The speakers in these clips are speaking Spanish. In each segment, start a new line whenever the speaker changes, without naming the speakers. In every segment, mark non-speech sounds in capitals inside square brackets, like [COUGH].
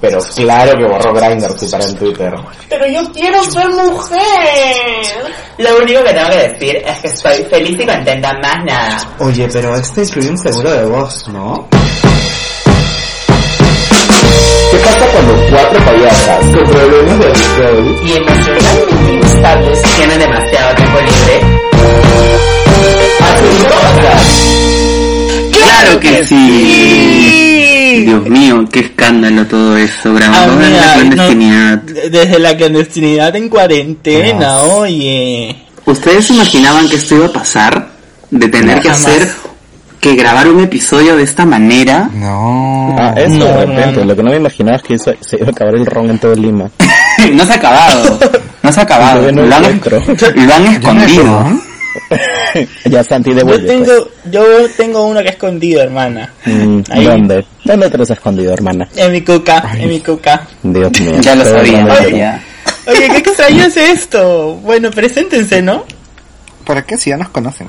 Pero claro que borró Grindr su cara en Twitter.
Pero yo quiero ser mujer.
Lo único que tengo que decir es que estoy feliz y contenta, más nada.
Oye, pero este incluye un seguro de voz, ¿no? ¿Qué pasa cuando cuatro payasas con problemas de alcohol
Y emocionalmente inestables tienen demasiado tiempo libre.
hacen un podcast?
¡Claro que sí! Dios mío, qué escándalo todo eso, grabando en la
Amiga, Ah, no-
clandestinidad.
desde la clandestinidad en cuarentena, oye.
¿Ustedes se imaginaban que esto iba a pasar? De tener
No,
que
jamás.
hacer, que grabar un episodio de esta manera.
No.
Ah, eso
No,
de repente.
no.
Lo que no me imaginaba es que se, se iba a acabar el ron en todo Lima.
[LAUGHS] no se ha acabado. No se ha acabado.
Yo no
Lo han,
encuentro.
[LAUGHS] lo han
Yo no
escondido.
creo.
ya, Santi,
Yo
devuelve. pues.
tengo, yo tengo uno que he escondido, hermana.
Mm,
Ahí.
¿Dónde? ¿Dónde te lo has escondido, hermana?
En mi cuca, en mi cuca. [LAUGHS]
Dios mío.
Ya lo
todo el
sabía.
mundo lo-
ya.
Oye, qué extraño es esto. Bueno, preséntense, ¿no?
¿Para qué si ya nos conocen?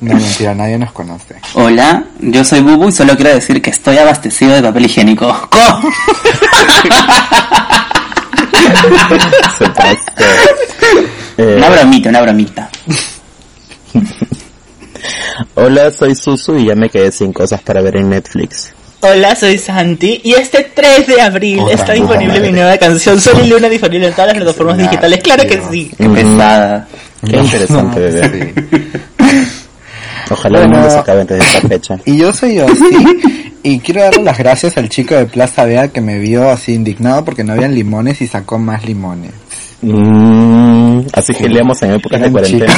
no, mentira, nadie nos conoce.
Hola, yo soy Bubu y solo quiero decir que estoy abastecido de papel higiénico. [LAUGHS] ¡Co!
Se pasó. Eh,
Una bromita, una bromita.
hola, soy Susu y ya me quedé sin cosas para ver en Netflix.
Hola, soy Santi y este 3 de abril
Puta
está
madre.
disponible mi nueva canción Sol y Luna disponible en todas las plataformas
Claro,
digitales. Claro que
Dios.
sí.
Qué pesada.
Qué interesante de ver.
Sí.
Ojalá el
Bueno.
mundo se acabe antes de esta fecha.
Y yo soy Yossi y quiero darle las gracias al chico de Plaza Vea que me vio así indignado porque no habían limones y sacó más limones.
Mm, así que leamos en épocas de
Gran
cuarentena.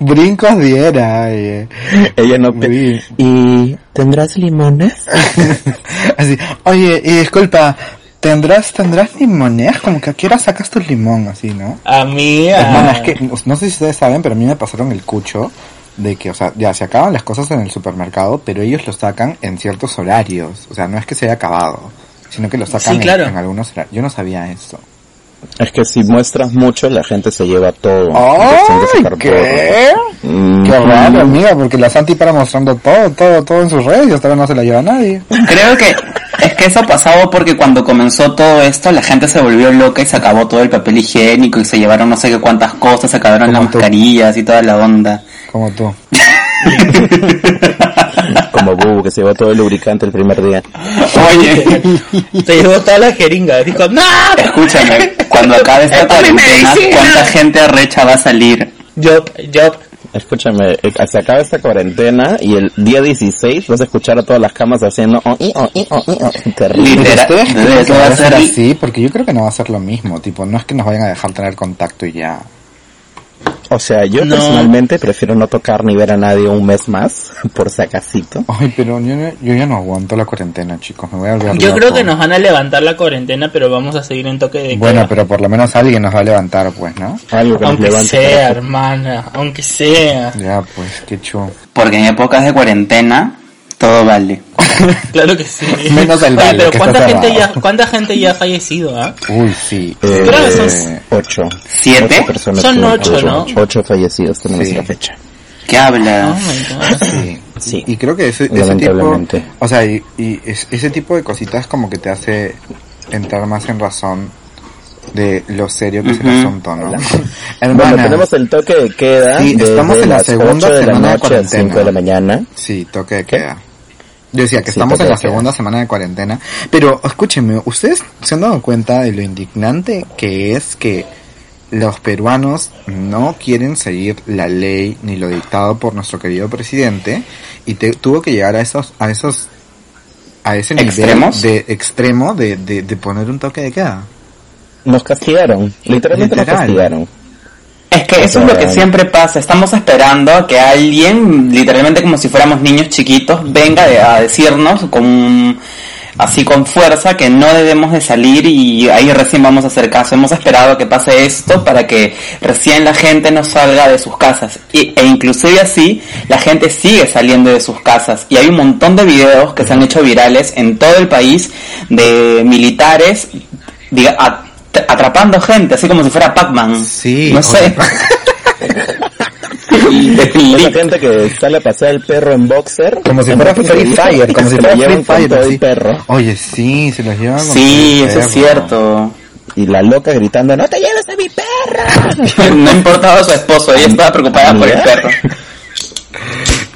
Brincos diera, oye. [LAUGHS]
Ella no
Muy
pe-
bien.
¿Y tendrás limones?
Así, oye, y disculpa, ¿tendrás, tendrás limones? Como que quiera sacas tus limón, así, ¿no? Hermana,
Amiga.
es que, no sé si ustedes saben, pero a mí me pasaron el cucho de que, o sea, ya se acaban las cosas en el supermercado, pero ellos lo sacan en ciertos horarios. O sea, no es que se haya acabado, sino que lo sacan
Sí, claro.
en, en algunos horarios. Yo no sabía eso.
Es que si muestras mucho, la gente se lleva todo.
¡Ay,
Entonces, sin sacar
qué!
todo. Mm,
Qué raro, amiga, porque la Santi para mostrando todo, todo, todo en sus redes y hasta ahora no se la lleva nadie.
Creo que es que eso ha pasado porque cuando comenzó todo esto la gente se volvió loca y se acabó todo el papel higiénico y se llevaron no sé qué cuántas cosas, se acabaron las
Como tú.
mascarillas y toda la onda.
Como tú.
[LAUGHS] Como Bubu, que se lleva todo el lubricante el primer día.
[LAUGHS]
Oye,
Se llevó toda la jeringa. Dijo, ¡No!
escúchame, cuando acabe esta
Esto es mi
cuarentena,
medicina.
¿cuánta gente recha va a salir?
Job, job.
Escúchame, eh, se acaba esta cuarentena y el día 16 vas a escuchar a todas las camas haciendo... Oh, i, oh, i, oh, i, oh. Terrible.
Literal,
Ustedes creen que
eso va a ser así.
así, porque yo creo que no va a ser lo mismo, tipo, no es que nos vayan a dejar tener contacto y ya.
O sea, yo
No.
personalmente prefiero no tocar ni ver a nadie un mes más, [LAUGHS] por si acasito.
Ay, pero yo, no- yo ya no aguanto la cuarentena, chicos, me voy a volver
Yo
loco.
creo que nos van a levantar la cuarentena, pero vamos a seguir en toque de queda.
Bueno, pero por lo menos alguien nos va a levantar, pues, ¿no?
Algo que nos
aunque
levante
sea, hermana, aunque sea.
Ya, pues, qué chu.
Porque en épocas de cuarentena todo vale.
Claro que sí.
[LAUGHS] Menos el
Oye,
vale,
pero
que
¿cuánta
está
gente, ya,
cerrado.
¿cuánta gente ya ha fallecido, ah?
Uy, sí.
Eh,
Creo que son-
ocho.
¿Siete?
Ocho personas
Son
que-
ocho, ¿no?
Ocho fallecidos tenemos
Sí.
la fecha.
¿Qué hablas?
Ah.
Oh my God.
Sí.
Sí.
Y creo que ese, ese tipo,
Lamentablemente.
o sea, y, y es- ese tipo de cositas como que te hace entrar más en razón de lo serio que es el asunto,
[LAUGHS]
¿no? Hermana,
Bueno, tenemos el toque de queda.
Sí,
desde
estamos en la
las
segunda
ocho de la
semana de
noche a las
cuarentena.
5 de la mañana.
sí, toque de queda. Yo decía que
Sí,
estamos
toque
en la
de queda.
segunda semana de cuarentena, pero escúchenme, ¿ustedes se han dado cuenta de lo indignante que es que los peruanos no quieren seguir la ley ni lo dictado por nuestro querido presidente y te- tuvo que llegar a esos a esos a ese nivel
¿Extremos?
de extremo de, de, de poner un toque de queda.
Nos castigaron. Literalmente
Literal.
nos castigaron.
Es que eso es lo que siempre pasa. Estamos esperando a que alguien, literalmente como si fuéramos niños chiquitos, venga de- a decirnos con un- así con fuerza que no debemos de salir y ahí recién vamos a hacer caso. Hemos esperado a que pase esto para que recién la gente no salga de sus casas. Y- e inclusive así, la gente sigue saliendo de sus casas. Y hay un montón de videos que se han hecho virales en todo el país de militares diga, at- atrapando gente, así como si fuera Pac-Man.
Sí,
No
o
sé. [LAUGHS]
Esa gente que sale a pasear el perro en boxer.
Como si fuera
en
Free
[LAUGHS]
Fire, como si
se
fuera
lo
Free
llevan con
Fire.
todo
así.
el perro.
Oye, sí, se los llevan con
Sí,
todo el
eso es
perro.
cierto.
Y la loca gritando, no te lleves a mi
[LAUGHS]
perro.
No importaba a su esposo, ella estaba preocupada por el perro.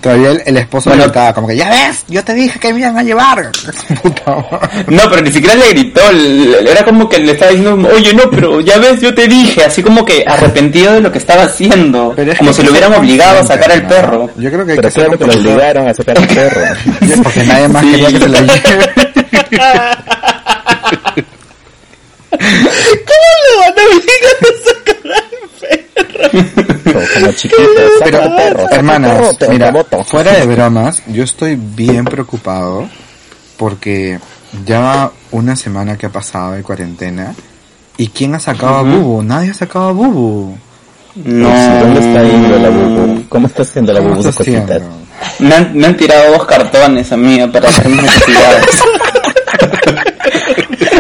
Todavía el, el esposo
Bueno.
gritaba como que, ya ves, yo te dije que me iban a llevar. Puta madre.
No, pero ni siquiera le gritó, le- le- era como que le estaba diciendo, oye, no, pero ya ves, yo te dije, así como que arrepentido de lo que estaba haciendo,
Pero es
como
que
si lo
son
hubieran obligado a
conscientes,
sacar al
¿no?
perro.
Yo creo que hay
Pero
que ser
claro que lo
conscientes,
obligaron a sacar al
[LAUGHS]
perro.
Porque nadie más quería que se lo lleve.
como, como chiquito.
Pero,
Saca tu perro, saca tu perro,
hermanas,
te-
mira,
te boto.
fuera de bromas, yo estoy bien preocupado porque ya va una semana que ha pasado de cuarentena. ¿Y quién ha sacado a Bubu? Nadie ha sacado a Bubu.
No,
¿Dónde está yendo la bubu? ¿Cómo está haciendo la
¿Cómo
bubu sus
estás haciendo?
cositas?
me han, me han tirado dos cartones, amiga, para hacer mis
[LAUGHS]
necesidades.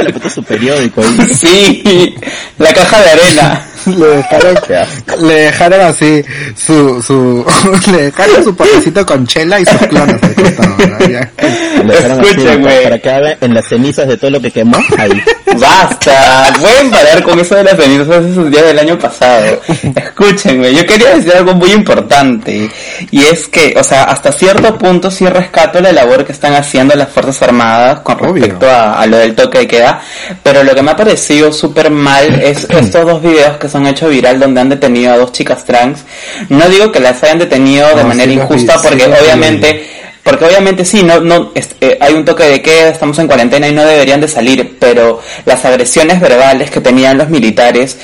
Le puso su periódico ahí.
Sí, la caja de arena.
[LAUGHS] Le dejaron,
Qué asco.
le dejaron así su, su, [LAUGHS] le dejaron su potecito con chela y sus clones al costado, ¿no? Ya.
[LAUGHS] Le dejaron así,
Escuchen,
para-
güey.
Para que haga en las cenizas de todo lo que quemó. Ahí.
Basta, pueden parar con eso de las cenizas esos días del año pasado. Escúchenme, yo quería decir algo muy importante. Y es que, o sea, hasta cierto punto sí rescato la labor que están haciendo las Fuerzas Armadas con
Obvio.
respecto a, a lo del toque de queda. Pero lo que me ha parecido súper mal es
[CLEARS THROAT]
estos dos videos que se han hecho viral donde han detenido a dos chicas trans. No digo que las hayan detenido de
No,
manera
sí los vi,
injusta
sí
porque
los vi.
obviamente... Porque obviamente sí, no, no, es- eh, hay un toque de queda, estamos en cuarentena y no deberían de salir, pero las agresiones verbales que tenían los militares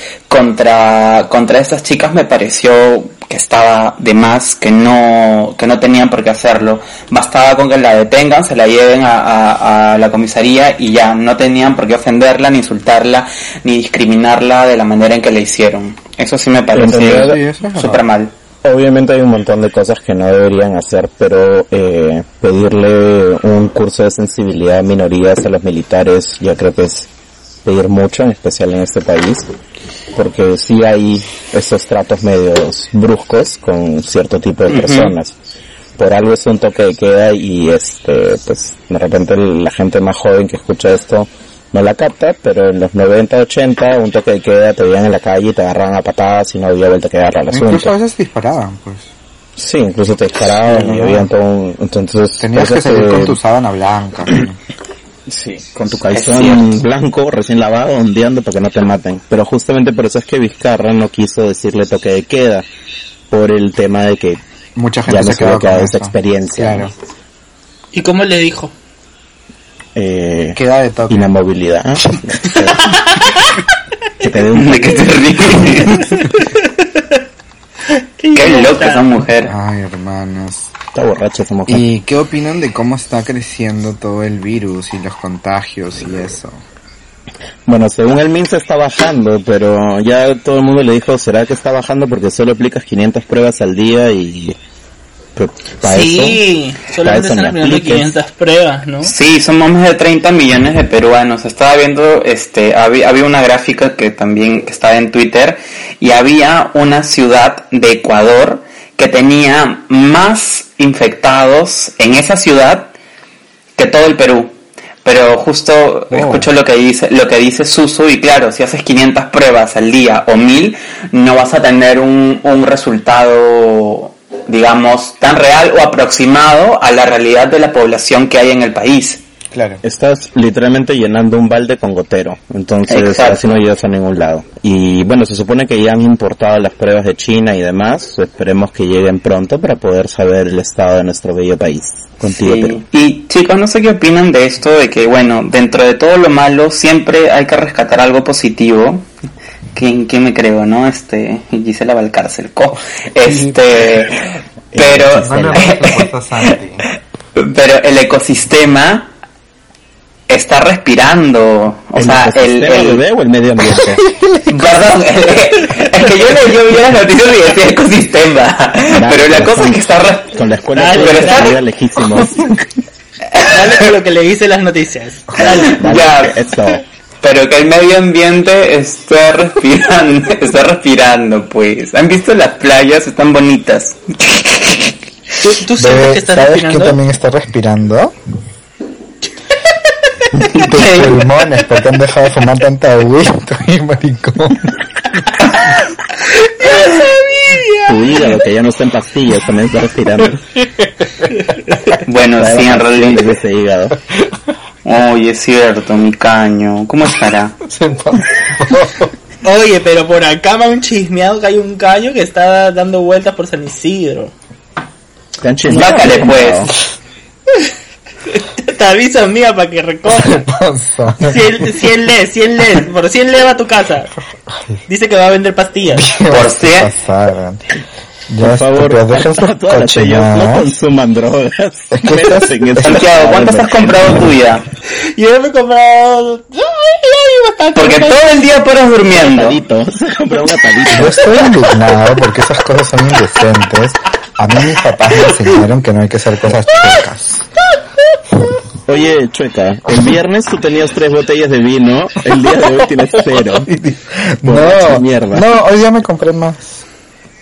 contra, contra estas chicas me pareció que estaba de más, que no, que no tenían por qué hacerlo. Bastaba con que la detengan, se la lleven a, a- a la comisaría y ya, no tenían por qué ofenderla, ni insultarla, ni discriminarla de la manera en que le hicieron. Eso sí me
realidad,
sí,
pareció
eso es
súper mal.
Obviamente hay un montón de cosas que no deberían hacer, pero eh, pedirle un curso de sensibilidad a minorías, a los militares, yo creo que es pedir mucho, en especial en este país, porque sí hay esos tratos medios bruscos con cierto tipo de personas. Por algo es un toque de queda y este, pues de repente la gente más joven que escucha esto no la capta, pero en los 90, 80 un toque de queda te veían en la calle y te agarraban a patadas y no había vuelta que agarrar al asunto.
Incluso a veces disparaban, pues.
Sí, incluso te disparaban y había todo un... Entonces,
Tenías
por
que
Pues eso
salir
te-
con tu sábana blanca. ¿no?
Sí, con tu calzón blanco recién lavado, ondeando para que no te maten. Pero justamente por eso es que Vizcarra no quiso decirle toque de queda, por el tema de que
Mucha
Ya
gente
no
se
se
quedó
había
con
quedado esa
eso.
experiencia,
Claro.
¿Y cómo le dijo?
eh,
Queda de toque. [LAUGHS]
inamovilidad. que te dé un
[LAUGHS] De que te ríes. [LAUGHS] Qué loca esa mujer.
Ay, hermanos.
está borracho esa mujer.
¿Y qué opinan de cómo está creciendo todo el virus y los contagios y eso?
Bueno, según el MINSA está bajando, pero ya todo el mundo le dijo, ¿será que está bajando porque solo aplicas 500 pruebas al día y... pero pa' eso?
sí, solamente
eso me
están aplicando
apliques.
500 pruebas, ¿no?
Sí, somos más de 30 millones de peruanos. Estaba viendo, este, había, había una gráfica que también que estaba en Twitter y había una ciudad de Ecuador que tenía más infectados en esa ciudad que todo el Perú. Pero justo escucho lo que dice, lo que dice Susu y claro, si haces 500 pruebas al día o 1000, no vas a tener un, un resultado, digamos, tan real o aproximado a la realidad de la población que hay en el país.
Claro.
Estás literalmente llenando un balde con gotero, entonces
Exacto.
así no llegas a ningún lado. Y bueno, se supone que ya han importado las pruebas de China y demás, esperemos que lleguen pronto para poder saber el estado de nuestro bello país. Contigo,
Sí.
Perú.
Y chicos, no sé qué opinan de esto, de que bueno, dentro de todo lo malo siempre hay que rescatar algo positivo. ¿quién, quién me creo, no? Este, Gisela Valcárcel, co.
[LAUGHS]
Este, pero,
Van a abrir las puertas, Santi.
[LAUGHS] pero el ecosistema está respirando. O sea, el,
ecosistema
el- [LAUGHS]
bebé o el medio ambiente?
Perdón, [LAUGHS] es que yo, le- yo vi las noticias y decía ecosistema. Pero la cosa es que está re-
Con la escuela
Dale,
pública
dale.
salida
[LAUGHS]
lejísimos.
[LAUGHS] Dale con lo que le dice las noticias. Dale.
Dale,
[LAUGHS] Ya.
Eso.
Pero que el medio ambiente está [LAUGHS] respirando, está respirando, pues. ¿Han visto las playas? Están bonitas.
¿Tú, tú sientes que
Bebé,
estás
¿Sabes que
respirando?
también está respirando? Tus pulmones, porque han dejado de fumar tanta weed, y maricón.
Tu hígado, que ya no está en pastillas, también está respirando.
Bueno, sí, en
de
realidad.
ese hígado.
Oye, es cierto, mi caño. ¿Cómo
[LAUGHS]
estará?
Se pasó.
Oye, pero por acá me han chismeado que hay un caño que está dando vueltas por San Isidro. [LAUGHS]
Te han chismeado,
Bácale,
¿no?
pues.
Te aviso, mía, para que recoja.
[LAUGHS] Pasó.
100, 100 leds, 100 leds. Por 100 leds va a tu casa. Dice que va a vender
[LAUGHS]
pastillas.
Por
¿Qué
cien.
pasaron? Ya,
Por favor,
estúpidos, [LAUGHS] dejen sus
todas las ellas no
cochinadas.
consuman drogas.
Es que
Menos en esta
Santiago, ¿cuántas has comprado tu vida?
Yo me he comprado... Ay, ay, bastante.
Porque todo el día paras durmiendo.
Atadito. [LAUGHS] Se compró un atadito.
Yo estoy indignado porque esas cosas son indecentes. A mí mis papás me enseñaron que no hay que hacer cosas chicas.
Oye, Chueca, el viernes tú tenías tres botellas de vino, el día de hoy tienes [LAUGHS] cero. Borracho
No,
mierda.
no, hoy ya me compré más.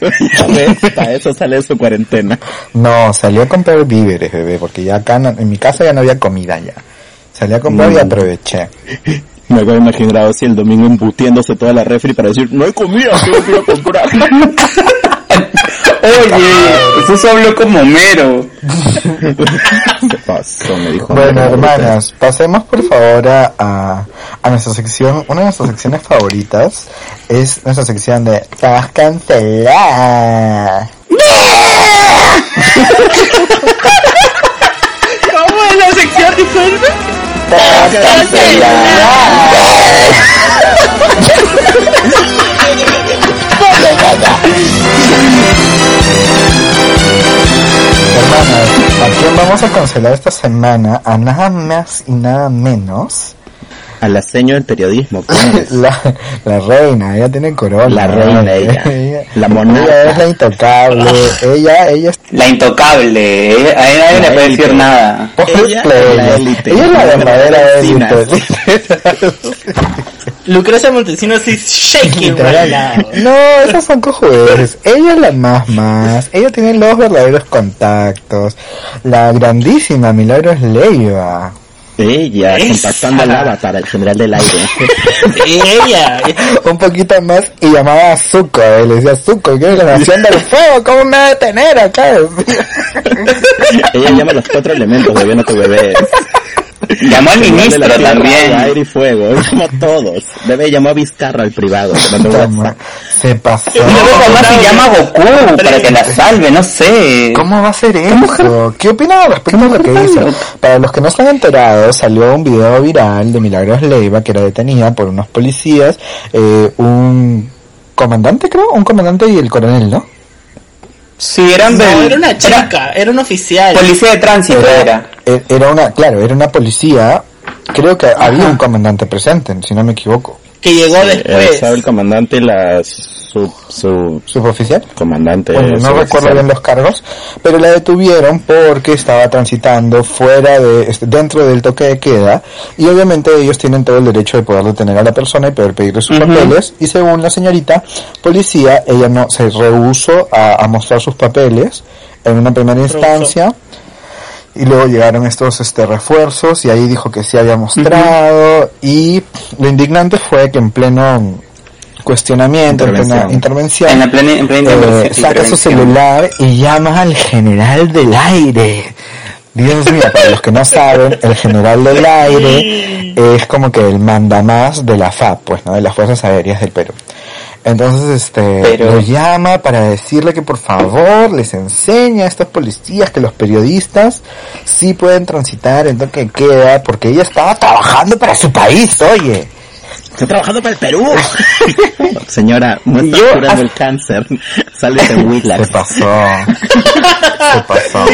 ¿Ves? [LAUGHS] Para eso sale de su cuarentena.
No, salí a comprar víveres, bebé, porque ya acá no- en mi casa ya no había comida ya. Salí a comprar y aproveché.
Me acuerdo imaginado así el domingo embutiéndose toda la refri para decir, no hay comida, tengo que ir a comprar.
Oye,
Ah.
pues eso habló como Homero.
[LAUGHS] ¿Qué pasó? Me dijo.
Bueno, hermanas, pasemos por favor a, a, a nuestra sección, una de nuestras secciones favoritas es nuestra sección de Estás cancelada.
¿Cómo es la sección? Disculpe.
Hermanas, ¿a quién vamos a cancelar esta semana? A nada más y nada menos
A la seño del periodismo.
la, la reina, ella tiene corona.
La reina, ella. La monarca.
[LAUGHS] Ella es la intocable,
[LAUGHS]
ella, ella es
La intocable. eh, A él nadie le puede decir nada.
Ella es la élite.
Ella es la verdadera
Vecinas.
[LAUGHS] élite.
Lucrecia Montesinos is shaking right now.
[LAUGHS] No, esas son cojudeces. Ella es la más más. Ella tiene los verdaderos contactos. La grandísima Milagros Leiva.
Ella,
Esa.
contactando al avatar, al general del [LAUGHS] aire.
Ella.
Un poquito más y llamaba a Zuko. Y le decía, Zuko, ¿quieres la nación del fuego? ¿Cómo me va a detener acá? [LAUGHS]
Ella llama los cuatro elementos, bebé, no tu bebé.
Llamó al
General de la
ministro
tierra,
también.
Aire y fuego, es como todos. Bebé llamó a Vizcarra al privado. te mandó un
Toma,
WhatsApp.
Se pasó.
Y Luego jamás se llama a Goku para que la salve, no sé.
¿Cómo va a ser eso? ¿Qué opinan al respecto de lo que hizo? Para los que no están enterados, salió un video viral de Milagros Leiva, que era detenida por unos policías, eh, un comandante creo, un comandante y el coronel, ¿no?
Sí, eran
No,
del-
era una chica, era un oficial.
policía de tránsito era.
Eh, Era una, claro, era una policía, creo que había un comandante presente, si no me equivoco,
que llegó
Eh, estaba el
después.
comandante y la sub, sub-
suboficial.
comandante.
Bueno, no
suboficial.
recuerdo bien los cargos, pero la detuvieron porque estaba transitando fuera de, este, dentro del toque de queda y obviamente ellos tienen todo el derecho de poder detener a la persona y poder pedirle sus papeles y según la señorita policía, ella no se rehusó a, a mostrar sus papeles en una primera instancia y luego llegaron estos este, refuerzos y ahí dijo que sí había mostrado y lo indignante fue que en pleno cuestionamiento, en plena
Intervención.
intervención,
En la plena, en plena
eh,
intervención-
saca su
intervención.
celular y llama al general del aire. Dios mío, para los que no saben, el general del aire es como que el mandamás de la FAP, pues, ¿no? De las Fuerzas Aéreas del Perú. Entonces, este,
Pero-
lo llama para decirle que por favor les enseñe a estos policías que los periodistas sí pueden transitar en toque de queda porque ella estaba trabajando para su país, oye.
Estoy trabajando para
[LAUGHS]
el Perú.
Señora, no está
Yo-
curando [LAUGHS] el cáncer. Sale de
Se
Willax.
pasó. Se pasó.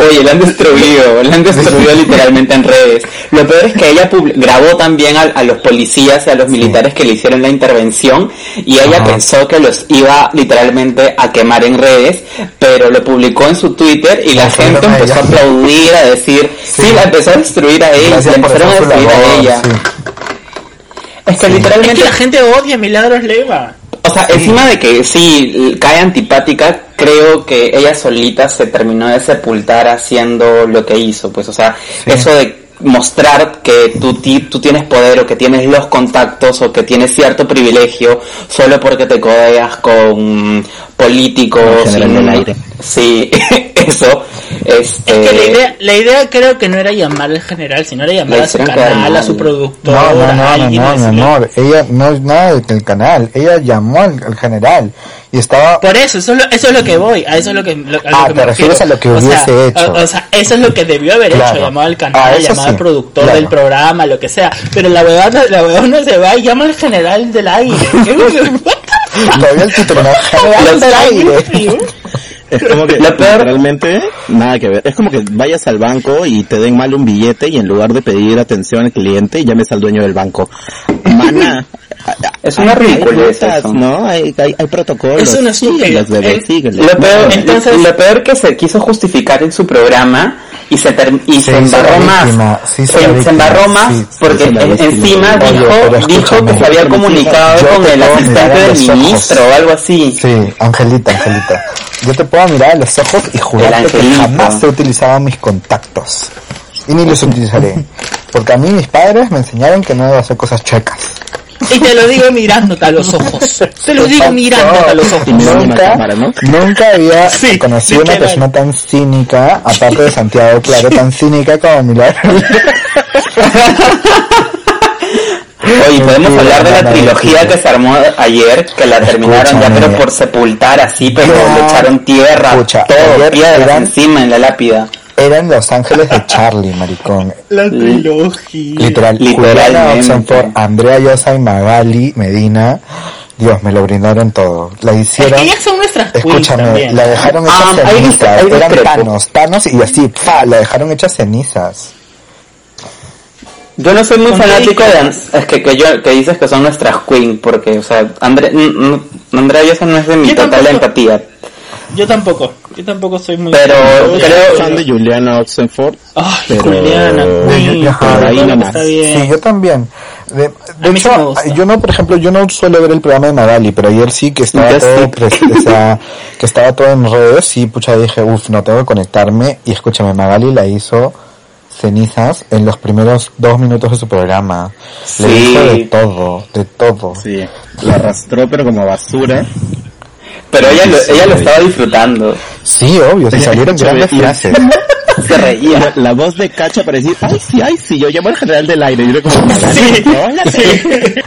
Oye, la han destruido, la han
[LAUGHS]
destruido literalmente en redes. Lo peor es que ella pub- grabó también a, a los policías y a los militares que le hicieron la intervención y ella
Ajá.
pensó que los iba literalmente a quemar en redes, pero lo publicó en su Twitter y la
Ajá,
gente
ella.
empezó a aplaudir, a decir, sí, la empezó a destruir a ella, la
Gracias por
empezaron a
hacer su
destruir a
labor,
ella.
sí.
Es que
Es que
[LAUGHS]
literalmente
la gente odia a Milagros Leva.
O sea, encima de que sí cae antipática, creo que ella solita se terminó de sepultar haciendo lo que hizo. Pues, o sea, eso de mostrar que tú, ti- tú tienes poder o que tienes los contactos o que tienes cierto privilegio solo porque te codeas con políticos.
Con general
y-
del aire.
Sí, [LAUGHS] eso. Este,
Que la
Eh.
idea, la idea creo que no era llamar al general, sino era llamar
Le
a su
hicieron quedar
canal, a su
mal.
productor,
No, no,
a
no, no,
alguien.
no,
así.
mi amor. Ella no es nada del del canal. Ella llamó al, al general
[LAUGHS]
y estaba.
Por eso, eso es, lo, eso es lo que voy, a eso es lo que, lo- a lo
Ah,
que
te refieres
refiero.
a lo que
O sea,
hubiese hecho.
O, o sea, eso es lo que debió haber
Claro.
hecho, llamar al
Ah,
canal,
eso
llamar
sí,
al productor
claro.
del programa, lo que sea. Pero la huevona, la huevona se va y llama al general del aire.
[LAUGHS] Le vio el título, ¿no? General del aire.
Es como que
Lo peor-
realmente nada que ver. Es como que vayas al banco y te den mal un billete y en lugar de pedir atención al cliente llames al dueño del banco. Mana,
Es una
hay- hay
ridiculez
rutas,
eso.
¿no? Hay, hay, hay protocolos.
Es una estupidez.
Síguelos, bebé,
Eh,
síguelos.
Lo peor,
Entonces-
lo peor que se quiso justificar en su programa y se, ter- y se,
hizo
embarró
la
más.
víctima, se hizo
se,
la
se
víctima,
embarró más
sí, se
porque
hizo la
en-
víctima.
encima
Oye, pero
dijo, dijo
escúchame.
que se había comunicado
Yo
con
te
el
puedo mirar
asistente
a
del
los ojos.
ministro o algo así.
Sí, Angelita, Angelita. Yo te puedo mirar a los ojos y
El
jurar que
angelito.
jamás he utilizado mis contactos. Y ni los utilizaré. Porque a mí mis padres me enseñaron que no debo hacer cosas checas.
y te lo digo mirándote a los ojos. Te lo digo mirándote a los ojos.
Y
[LAUGHS]
me dan una
Nunca,
cámara, ¿no?
nunca había
Sí,
conocido una
literal.
persona tan cínica, aparte de Santiago, claro, tan cínica como Milagro.
Oye, podemos
Sí,
hablar de la
la
trilogía
verdad.
que se armó ayer, que la terminaron ya,
Escúchame.
pero por sepultar así, pero
No.
le echaron tierra,
Escucha,
todo,
ayer
piedras
eran-
encima en la lápida.
Eran los ángeles de Charlie, maricón.
La trilogía.
Literal,
Literalmente.
Juliana Oxon por Andrea Llosa y Magali Medina. Dios, me lo brindaron todo. La
Es
hicieron...
que ellas son nuestras queens
Escúchame,
también.
la dejaron hecha
Ah, ahí dice-
cenizas.
ahí
Eran
discrepo.
Thanos, Thanos y así, pa, la dejaron hecha cenizas.
Yo no soy muy
¿Con qué
fanático de
discrepas?
es que, que yo que dices que son nuestras queen porque o sea Andre, n- n- Andrea Llosa no es de mi
Yo
total
tampoco.
empatía
Yo tampoco, yo tampoco soy muy... Yo
Pero creo-
fan de Juliana Oxenford.
Ay,
pero-
Juliana, uy,
Ajá,
pero
ahí
todo
nomás.
Está bien.
Sí, yo también. De, de
A mí sí me
hecho,
gusta.
yo no, por ejemplo, yo no suelo ver el programa de Magali, pero ayer sí que estaba
Yo
todo,
sí.
pres- o sea, que estaba todo en redes y pucha dije, uff, no tengo que conectarme y escúchame, Magali la hizo cenizas en los primeros dos minutos de su programa. Le
Sí.
hizo de todo, de todo.
Sí, la arrastró pero como basura.
pero ella lo, ella lo estaba disfrutando
Sí,
[LAUGHS]
obvio, sí, salieron grandes
Y-
frases.
[LAUGHS] se reía
La, la voz de Cacha parecía, ay sí, ay sí, yo llamo al general del aire. Y yo como, sí,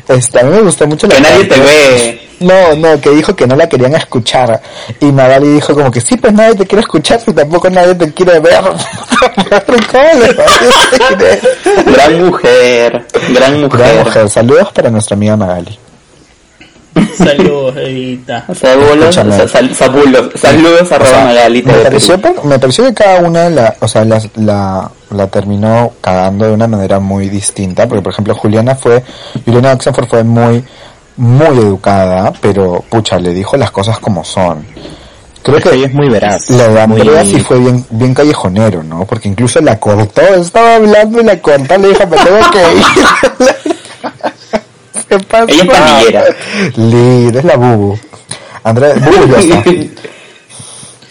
Este, a mí me gustó mucho la
que nadie te ve
No, no, que dijo que no la querían escuchar. Y Magali dijo como que sí, pues nadie te quiere escuchar, si tampoco nadie te quiere ver. [LAUGHS] ¿Cómo le parece?
gran mujer gran
Gran
mujer,
mujer, saludos para nuestra amiga Magali.
Saludos, Evita.
Sabulos,
Escúchame.
sa- sal- sabulos. saludos
O
arroba
sea,
Magali
me,
TV.
pareció, pa- me pareció que cada una la, o sea, la, la, la terminó cagando de una manera muy distinta, porque por ejemplo Juliana fue, Juliana Oxenford fue muy, muy educada, pero pucha, le dijo las cosas como son. Creo que
es muy veraz.
Lo de
muy-
Andrea sí fue bien, bien callejonero, ¿no? Porque incluso la cortó, estaba hablando y la cortó, le dijo, me tengo que ir. [LAUGHS] Se pasó.
Ella es pandillera.
Lindo, es la bubu. Andrea,
[LAUGHS]
bubu Llosa.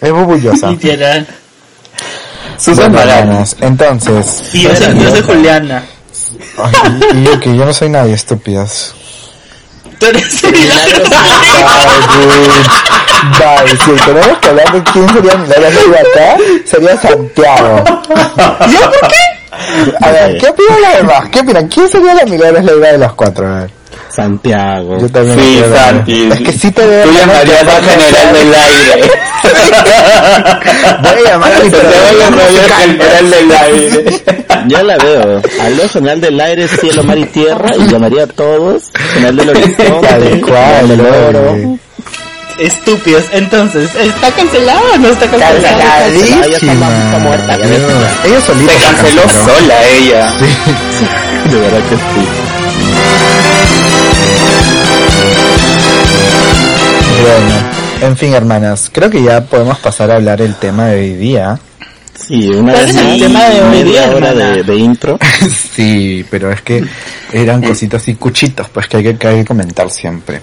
Es bubu Llosa.
Literal.
Susan
Bueno,
Magal
hermanas, Entonces,
Y yo soy, yo soy Juliana.
ay, y yo que yo no soy nadie, estúpidas.
Tú eres Milagros
Ay, dude. Bye, si tenemos que hablar de quién sería mi de acá, sería Santiago.
¿Yo por qué?
A ver, ¿qué opinan las demás? ¿Qué opinan? ¿Quién sería la Milagros Leiva de los cuatro? A ver.
Santiago.
Yo también me
Sí,
quiero ver.
Santi.
Es que sí te veo.
Tú llamarías al general
[LAUGHS]
del aire.
Voy a
[LAUGHS]
llamar al
Te voy a llamar al general del aire.
Yo la veo. Aló, general del aire, cielo, mar y tierra. Y llamaría a todos. General del
Tal
horizonte.
cual,
general del oro.
oye.
Estúpidos. Entonces, ¿está cancelado o no está cancelado?
Cancelado.
Ah, ya está, ma- está muerta. Ya ves.
Dios. Ella solita
Se
se
canceló sola ella.
De verdad que sí.
Bueno, en fin, hermanas, creo que ya podemos pasar a hablar el tema de hoy día.
Sí, una
¿Cuál
vez
es el
más,
tema de hoy
media
día,
hora de,
hermana?
de intro.
[LAUGHS] sí, pero es que eran cositas y cuchitos, pues que hay que, que hay que comentar siempre.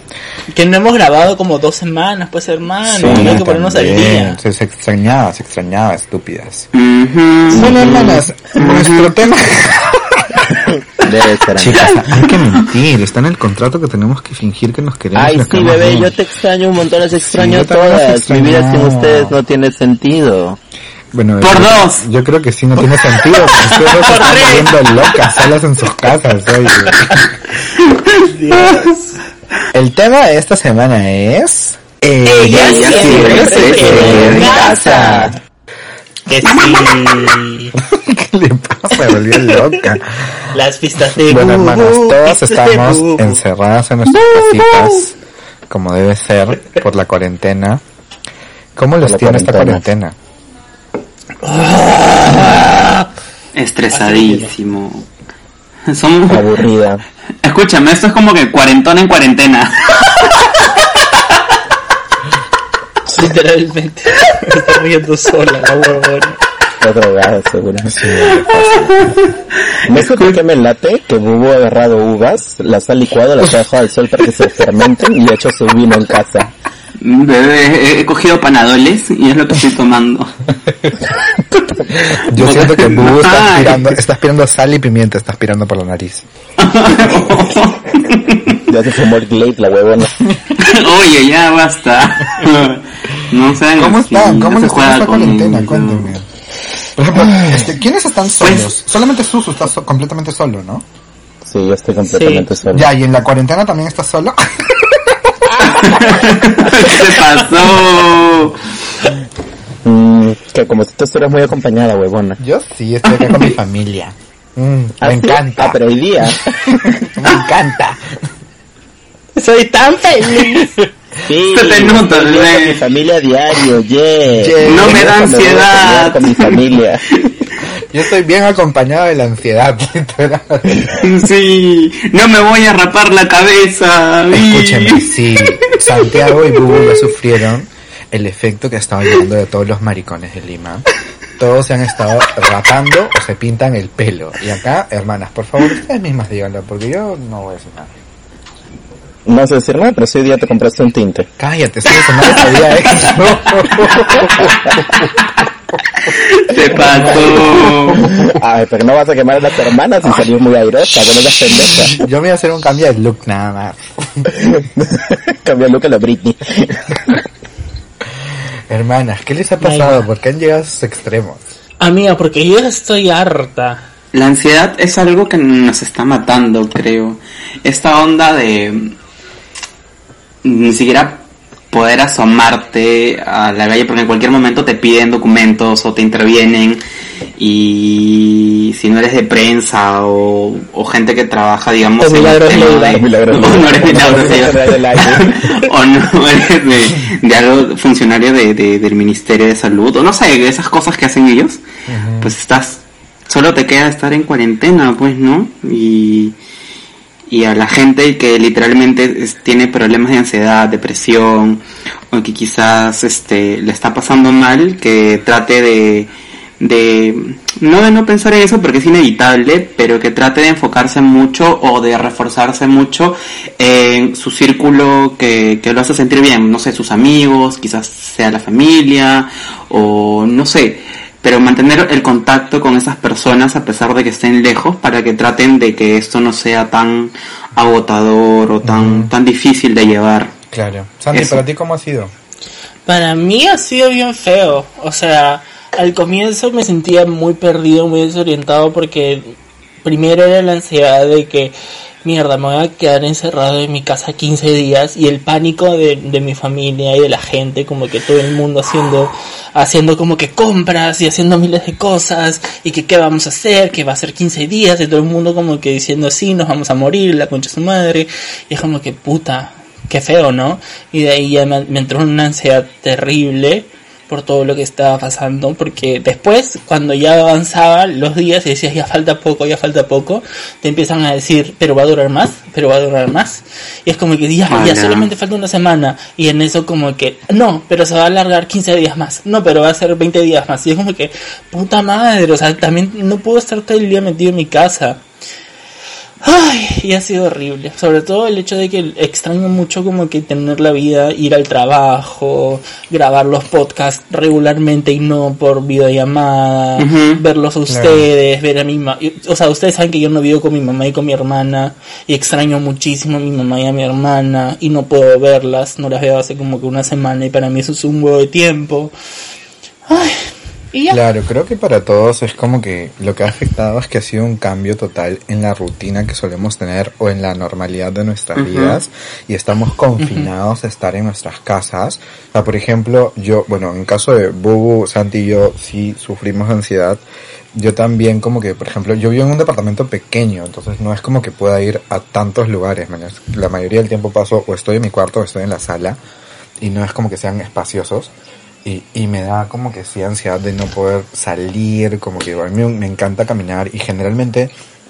Que no hemos grabado como dos semanas, pues hermano. hay que ponernos al
también.
día.
Se, se extrañaba, se extrañaba, estúpidas.
Ujú.
Bueno, hermanas, nuestro tema...
Debe ser.
Chicas, hay que mentir, está en el contrato que tenemos que fingir que nos queremos.
[LAUGHS]
y
Ay,
nos
sí,
queremos
bebé,
bien.
yo te extraño un montón, las extraño
yo
a
también las
todas. Mi vida sin
extrañaba.
ustedes no tiene sentido.
Bueno,
Por
yo,
dos.
Yo creo que sí, no tiene sentido. porque
[LAUGHS]
Ustedes dos se están volviendo locas, solas en sus casas. oye. El tema de esta semana es... Ella
Ella siempre se queda en
casa.
Que sí.
¿Qué le pasa? Se volvió loca.
Las pistas de
[LAUGHS] Bueno,
Google,
hermanas, todas
pistas de [LAUGHS]
estamos
Google.
encerradas en nuestras casitas, como debe ser, por la cuarentena. ¿Cómo los
la
tiene esta
cuarentena.
cuarentena?
Estresadísimo. Somos...
Aburrida.
Escúchame, esto es como que cuarentón en cuarentena.
[LAUGHS] Literalmente. Me está riendo sola, la huevona.
Está drogada, seguro. ¿No es que [LAUGHS] me late que Bubu ha agarrado uvas, las ha licuado, las ha dejado al sol para que se fermenten y ha hecho su vino en casa?
Bebé, he cogido panadoles y es lo que estoy tomando.
Yo siento que Bubu está
Ay.
aspirando, está aspirando sal y pimienta, está aspirando por la nariz.
Ya se fumó el Glade, la huevona.
[LAUGHS] Oye, ya basta. No sean
¿Cómo
así,
están?
no
¿Cómo
se
les
juega
está esta
con
cuarentena?
ello.
Cuéntenme. Por ejemplo, este, ¿quiénes están solos? Solamente Susu está so- completamente solo, ¿no?
Sí, yo estoy completamente solo.
Ya, y en la cuarentena también está solo.
[LAUGHS] ¿Qué te pasó?
Mm, que como si tú estuvieras muy acompañada, huevona.
[LAUGHS] Yo sí, estoy acá con mi familia.
¿Ah,
Mm, me
sí? Ah,
encanta,
pero hoy día.
me encanta.
Soy tan feliz.
Sí,
Se te nota,
estoy
bebé.
con mi familia a diario, yeah.
Yeah.
No me
Cuando voy
da
a comer
ansiedad.
Con mi familia.
Yo estoy bien acompañado de la ansiedad, [LAUGHS] literal.
Sí, no me voy a rapar la cabeza.
Escúcheme, sí, Santiago y Bubu ya sufrieron el efecto que ha estado llegando de todos los maricones de Lima. Todos se han estado rapando o se pintan el pelo. Y acá, hermanas, por favor, ustedes mismas díganlo, porque yo no voy a decir nada.
No sé decir nada, pero si hoy día te compraste un tinte.
Cállate, sí, eso no lo sabía eso.
Te pasó.
Ay, pero no vas a quemar a las hermanas y salir muy airosa, que no seas pendeja.
Yo me voy a hacer un cambio de look nada más.
Cambia el look a la Britney.
Hermanas, ¿qué les ha pasado? ¿Por qué han llegado a sus extremos?
Amiga, porque yo estoy harta.
La ansiedad es algo que nos está matando, creo. Esta onda de mm, ni siquiera poder asomarte a la calle porque en cualquier momento te piden documentos o te intervienen y si no eres de prensa o, o gente que trabaja digamos
Los
en un
milagros
tema
Leiva,
de-
los milagros
o
Leiva.
no eres milagros
Los milagros
Leiva.
del aire.
[LAUGHS] o no eres de, de algo funcionario de, de- del Ministerio de Salud o no sé de esas cosas que hacen ellos pues estás solo te queda estar en cuarentena pues no y y a la gente que literalmente es- tiene problemas de ansiedad, depresión, o que quizás este le está pasando mal, que trate de, de no de no pensar en eso porque es inevitable, pero que trate de enfocarse mucho o de reforzarse mucho en su círculo que, que lo hace sentir bien, no sé, sus amigos, quizás sea la familia, o no sé pero mantener el contacto con esas personas a pesar de que estén lejos para que traten de que esto no sea tan agotador o tan tan difícil de llevar.
Claro. Santi,
Eso.
¿para ti cómo ha sido?
Para mí ha sido bien feo. O sea, al comienzo me sentía muy perdido, muy desorientado porque primero era la ansiedad de que mierda, me voy a quedar encerrado en mi casa 15 días y el pánico de, de mi familia y de la gente, como que todo el mundo haciendo, haciendo como que compras y haciendo miles de cosas y que qué vamos a hacer, que va a ser 15 días y todo el mundo como que diciendo sí, nos vamos a morir, la concha de su madre y es como que puta, qué feo, ¿no? Y de ahí ya me, me entró una ansiedad terrible por todo lo que estaba pasando, porque después, cuando ya avanzaban los días y decías, ya falta poco, ya falta poco, te empiezan a decir, pero va a durar más, pero va a durar más. Y es como que ya, ya
Ala.
solamente falta una semana. Y en eso como que, no, pero se va a alargar 15 días más. No, pero va a ser 20 días más. Y es como que, puta madre, o sea, también no puedo estar todo el día metido en mi casa. Ay, y ha sido horrible. Sobre todo el hecho de que extraño mucho como que tener la vida, ir al trabajo, grabar los podcasts regularmente y no por videollamada,
Ujú.
verlos a ustedes, ver a mi mamá. O sea, ustedes saben que yo no vivo con mi mamá y con mi hermana y extraño muchísimo a mi mamá y a mi hermana y no puedo verlas, no las veo hace como que una semana y para mí eso es un huevo de tiempo. Ay, y ya.
Claro, creo que para todos es como que lo que ha afectado es que ha sido un cambio total en la rutina que solemos tener o en la normalidad de nuestras vidas y estamos confinados a estar en nuestras casas. O sea, por ejemplo, yo, bueno, en caso de Bubu, Santi y yo sí sufrimos de ansiedad. Yo también como que, por ejemplo, yo vivo en un departamento pequeño, entonces no es como que pueda ir a tantos lugares. man. La mayoría del tiempo paso o estoy en mi cuarto o estoy en la sala y no es como que sean espaciosos. Y, y me da como que sí ansiedad de no poder salir, como que a mí me encanta caminar y generalmente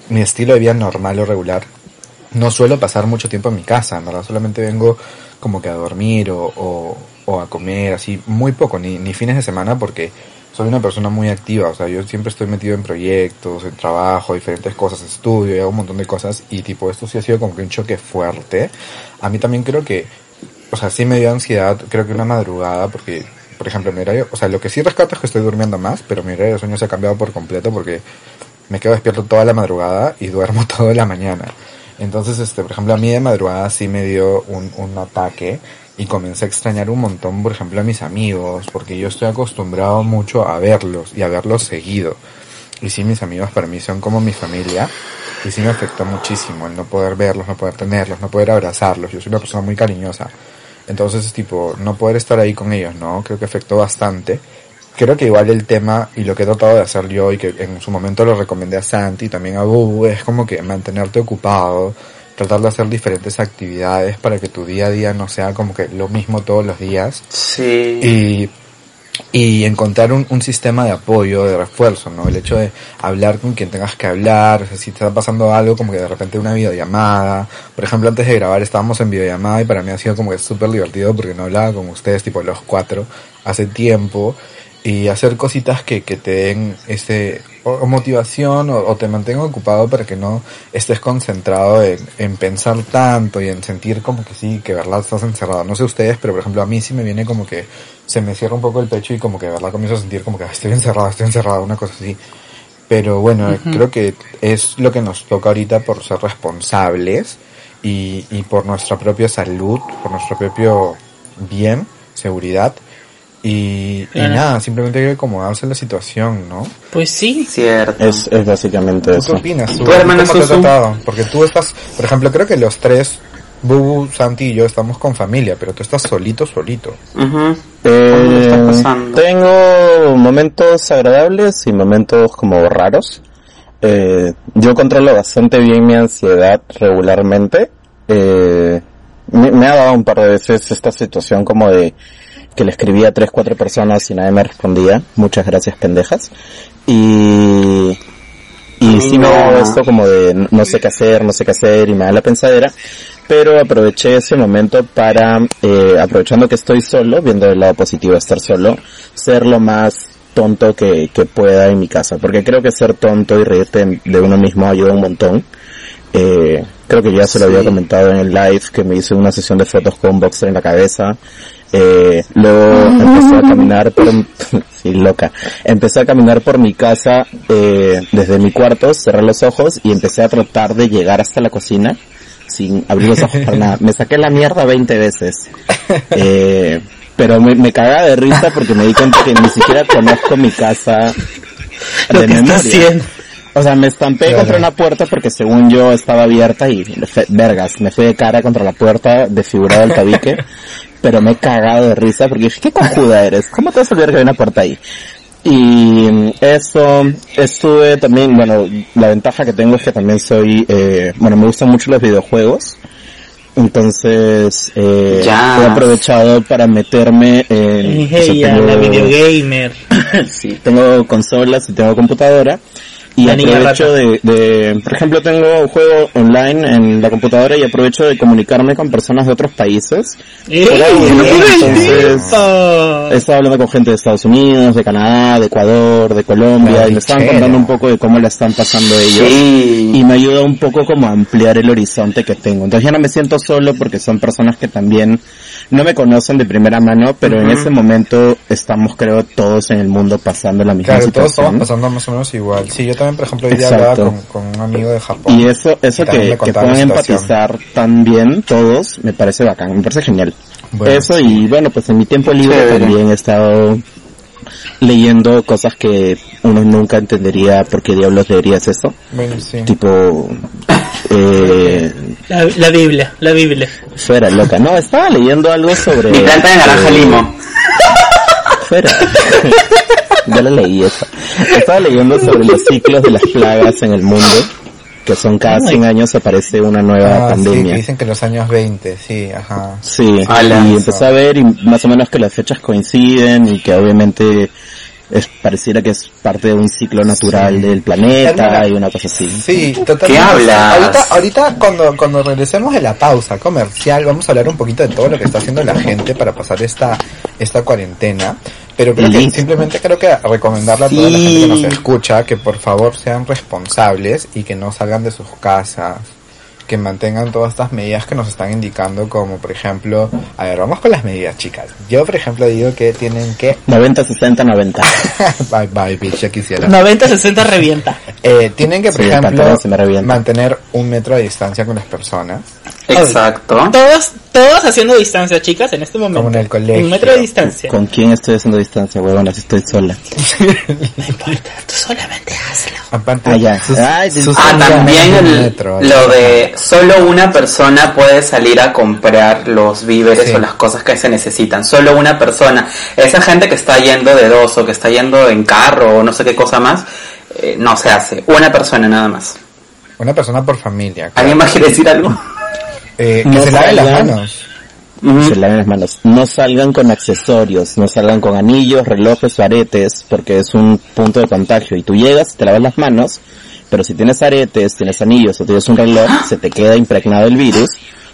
mi estilo de vida normal o regular no suelo pasar mucho tiempo en mi casa, en verdad solamente vengo como que a dormir o, o- o a comer, así muy poco, ni, ni fines de semana porque soy una persona muy activa, o sea, yo siempre estoy metido en proyectos, en trabajo, diferentes cosas, estudio, y hago un montón de cosas y tipo esto sí ha sido como que un choque fuerte. A mí también creo que o sea, sí me dio ansiedad, creo que una madrugada, porque, por ejemplo, mi horario, o sea, lo que sí rescato es que estoy durmiendo más, pero mi horario de sueño se ha cambiado por completo porque me quedo despierto toda la madrugada y duermo [LAUGHS] toda la mañana. Entonces, este, por ejemplo, a mí de madrugada sí me dio un, un ataque y comencé a extrañar un montón, por ejemplo, a mis amigos, porque yo estoy acostumbrado mucho a verlos y a verlos seguido. Y sí, mis amigos para mí son como mi familia. Y sí me afectó muchísimo el no poder verlos, no poder tenerlos, no poder abrazarlos. Yo soy una persona muy cariñosa. Entonces, tipo, no poder estar ahí con ellos, ¿no? Creo que afectó bastante. Creo que igual el tema y lo que he tratado de hacer yo y que en su momento lo recomendé a Santi y también a Bubu es como que mantenerte ocupado, tratar de hacer diferentes actividades para que tu día a día no sea como que lo mismo todos los días
Sí.
y, y encontrar un, un sistema de apoyo, de refuerzo, ¿no? El hecho de hablar con quien tengas que hablar, o sea, si te está pasando algo, como que de repente una videollamada. Por ejemplo, antes de grabar estábamos en videollamada y para mí ha sido como que súper divertido porque no hablaba con ustedes, tipo los cuatro, hace tiempo. Y hacer cositas que, que te den ese, o, o motivación o, o te mantengan ocupado para que no estés concentrado en, en pensar tanto y en sentir como que sí, que verdad estás encerrado. No sé ustedes, pero por ejemplo a mí sí me viene como que se me cierra un poco el pecho y como que verdad comienzo a sentir como que "Ah, estoy encerrado, estoy encerrado, una cosa así. Pero bueno, creo que es lo que nos toca ahorita por ser responsables y, y por nuestra propia salud, por nuestro propio bien, seguridad. Y, y
Claro.
nada, simplemente hay que acomodarse a la situación, ¿no?
Pues sí,
Cierto.
Es, es básicamente
¿Tú qué
eso.
opinas?
¿Tú,
Su?
hermana
¿Cómo te has
Susu?
tratado? Porque tú estás, por ejemplo, creo que los tres, Bubu, Santi y yo estamos con familia, pero tú estás solito, solito.
Ujú. ¿Cómo lo estás
Eh,
pasando?
tengo momentos agradables y momentos como raros. Eh, yo controlo bastante bien mi ansiedad regularmente. Eh, me, me ha dado un par de veces esta situación como de que le escribía a tres, cuatro personas y nadie me respondía. Muchas gracias, pendejas. Y y si me hago esto como de no- no sé qué hacer, no sé qué hacer y me da la pensadera, pero aproveché ese momento para, eh, aprovechando que estoy solo, viendo el lado positivo de estar solo, ser lo más tonto que, que pueda en mi casa, porque creo que ser tonto y reírte de uno mismo ayuda un montón. Eh, creo que ya se lo había comentado en el live que me hice una sesión de fotos con un boxer en la cabeza. Eh, luego empecé a caminar por [LAUGHS] sí, loca. Empecé a caminar por mi casa eh, desde mi cuarto, cerré los ojos y empecé a tratar de llegar hasta la cocina sin abrir los ojos para nada. Me saqué la mierda 20 veces. Eh, pero me, me cagaba de risa porque me di cuenta que ni siquiera conozco mi casa de
lo que está
memoria.
haciendo.
O sea, me estampé
Claro.
contra una puerta porque según yo estaba abierta y fe- vergas, me fui de cara contra la puerta desfigurado el tabique, pero me he cagado de risa porque dije, ¿qué cojuda eres? ¿Cómo te vas a olvidar que hay una puerta ahí? Y mm, eso, estuve también, bueno, la ventaja que tengo es que también soy, eh, bueno, me gustan mucho los videojuegos, entonces eh,
Ya.
he aprovechado para meterme en... o sea,
Hey, a la
tengo-
videogamer.
Sí, tengo consolas y tengo computadora. Y
La niña
aprovecho de, de- por ejemplo, tengo un juego online en la computadora y aprovecho de comunicarme con personas de otros países.
Eh,
Entonces, he estado hablando con gente de Estados Unidos, de Canadá, de Ecuador, de Colombia,
Ay,
y me estaban
chévere.
contando un poco de cómo la están pasando ellos.
Sí.
Y me ayuda un poco como a ampliar el horizonte que tengo. Entonces ya no me siento solo porque son personas que también no me conocen de primera mano, pero en ese momento estamos creo todos en el mundo pasando la misma
Claro, todos
situación.
estamos pasando más o menos igual. Sí, yo también, por ejemplo, hoy día
Exacto.
hablaba con, con un amigo de Japón.
Y eso, eso
Y también
que,
me
que
contaron
puedan
la situación.
empatizar también todos, me parece bacán, me parece genial.
Bueno,
eso y bueno, pues en mi tiempo libre
Chévere.
también he estado leyendo cosas que uno nunca entendería por qué diablos leerías eso.
Bueno, sí.
Tipo, eh,
La, la Biblia, la Biblia.
fuera loca. No, estaba leyendo algo sobre...
Mi planta de naranja
eh,
limo.
Fuera. [LAUGHS] ya la leí esa. Estaba leyendo sobre los ciclos de las plagas en el mundo, que son cada 100 años aparece una nueva
Ah, sí, que
pandemia.
dicen que en los años 20, sí, ajá.
Sí,
Ala,
y
eso.
empecé a ver y más o menos que las fechas coinciden y que obviamente es pareciera que es parte de un ciclo natural del planeta
Hermana.
y una cosa así.
Sí, totalmente.
¿Qué hablas?
Ahorita, ahorita cuando, cuando regresemos de la pausa comercial, vamos a hablar un poquito de todo lo que está haciendo la gente para pasar esta, esta cuarentena. Pero creo que
Listo.
simplemente creo que recomendarle a toda la
Sí.
gente que nos escucha que por favor sean responsables y que no salgan de sus casas. Que mantengan todas estas medidas que nos están indicando, como por ejemplo, a ver, vamos con las medidas, chicas. Yo, por ejemplo, digo que tienen que. [LAUGHS]
90, 60, 90.
bye bye, bitch, ya quisiera.
90-60 revienta.
Eh, tienen que, por
Sí, el pantalón se me
ejemplo,
revienta.
mantener un metro de distancia con las personas,
Exacto.
Todos, todos haciendo distancia, chicas, en este momento.
como en el colegio.
Un metro de distancia.
¿Con quién estoy haciendo distancia, huevona? Si estoy sola.
No importa, tú solamente hazlo.
Aparte,
Ah, ya.
sus-
Ay,
sus-
Ah,
sus-
también
un
el-
metro,
lo de solo una persona puede salir a comprar los víveres
Sí.
o las cosas que se necesitan. Solo una persona. Esa gente que está yendo de dos o que está yendo en carro o no sé qué cosa más, eh, no se hace. Una persona nada más.
Una persona por familia. claro.
¿Alguien más quiere decir algo?
Eh, que
No
se lave las
salgan.
manos.
Ujú.
se laven las manos. No salgan con accesorios, no salgan con anillos, relojes, aretes, porque es un punto de contagio. Y tú llegas, te lavas las manos, pero si tienes aretes, tienes anillos o tienes un reloj,
¡Ah!
se te queda impregnado el virus,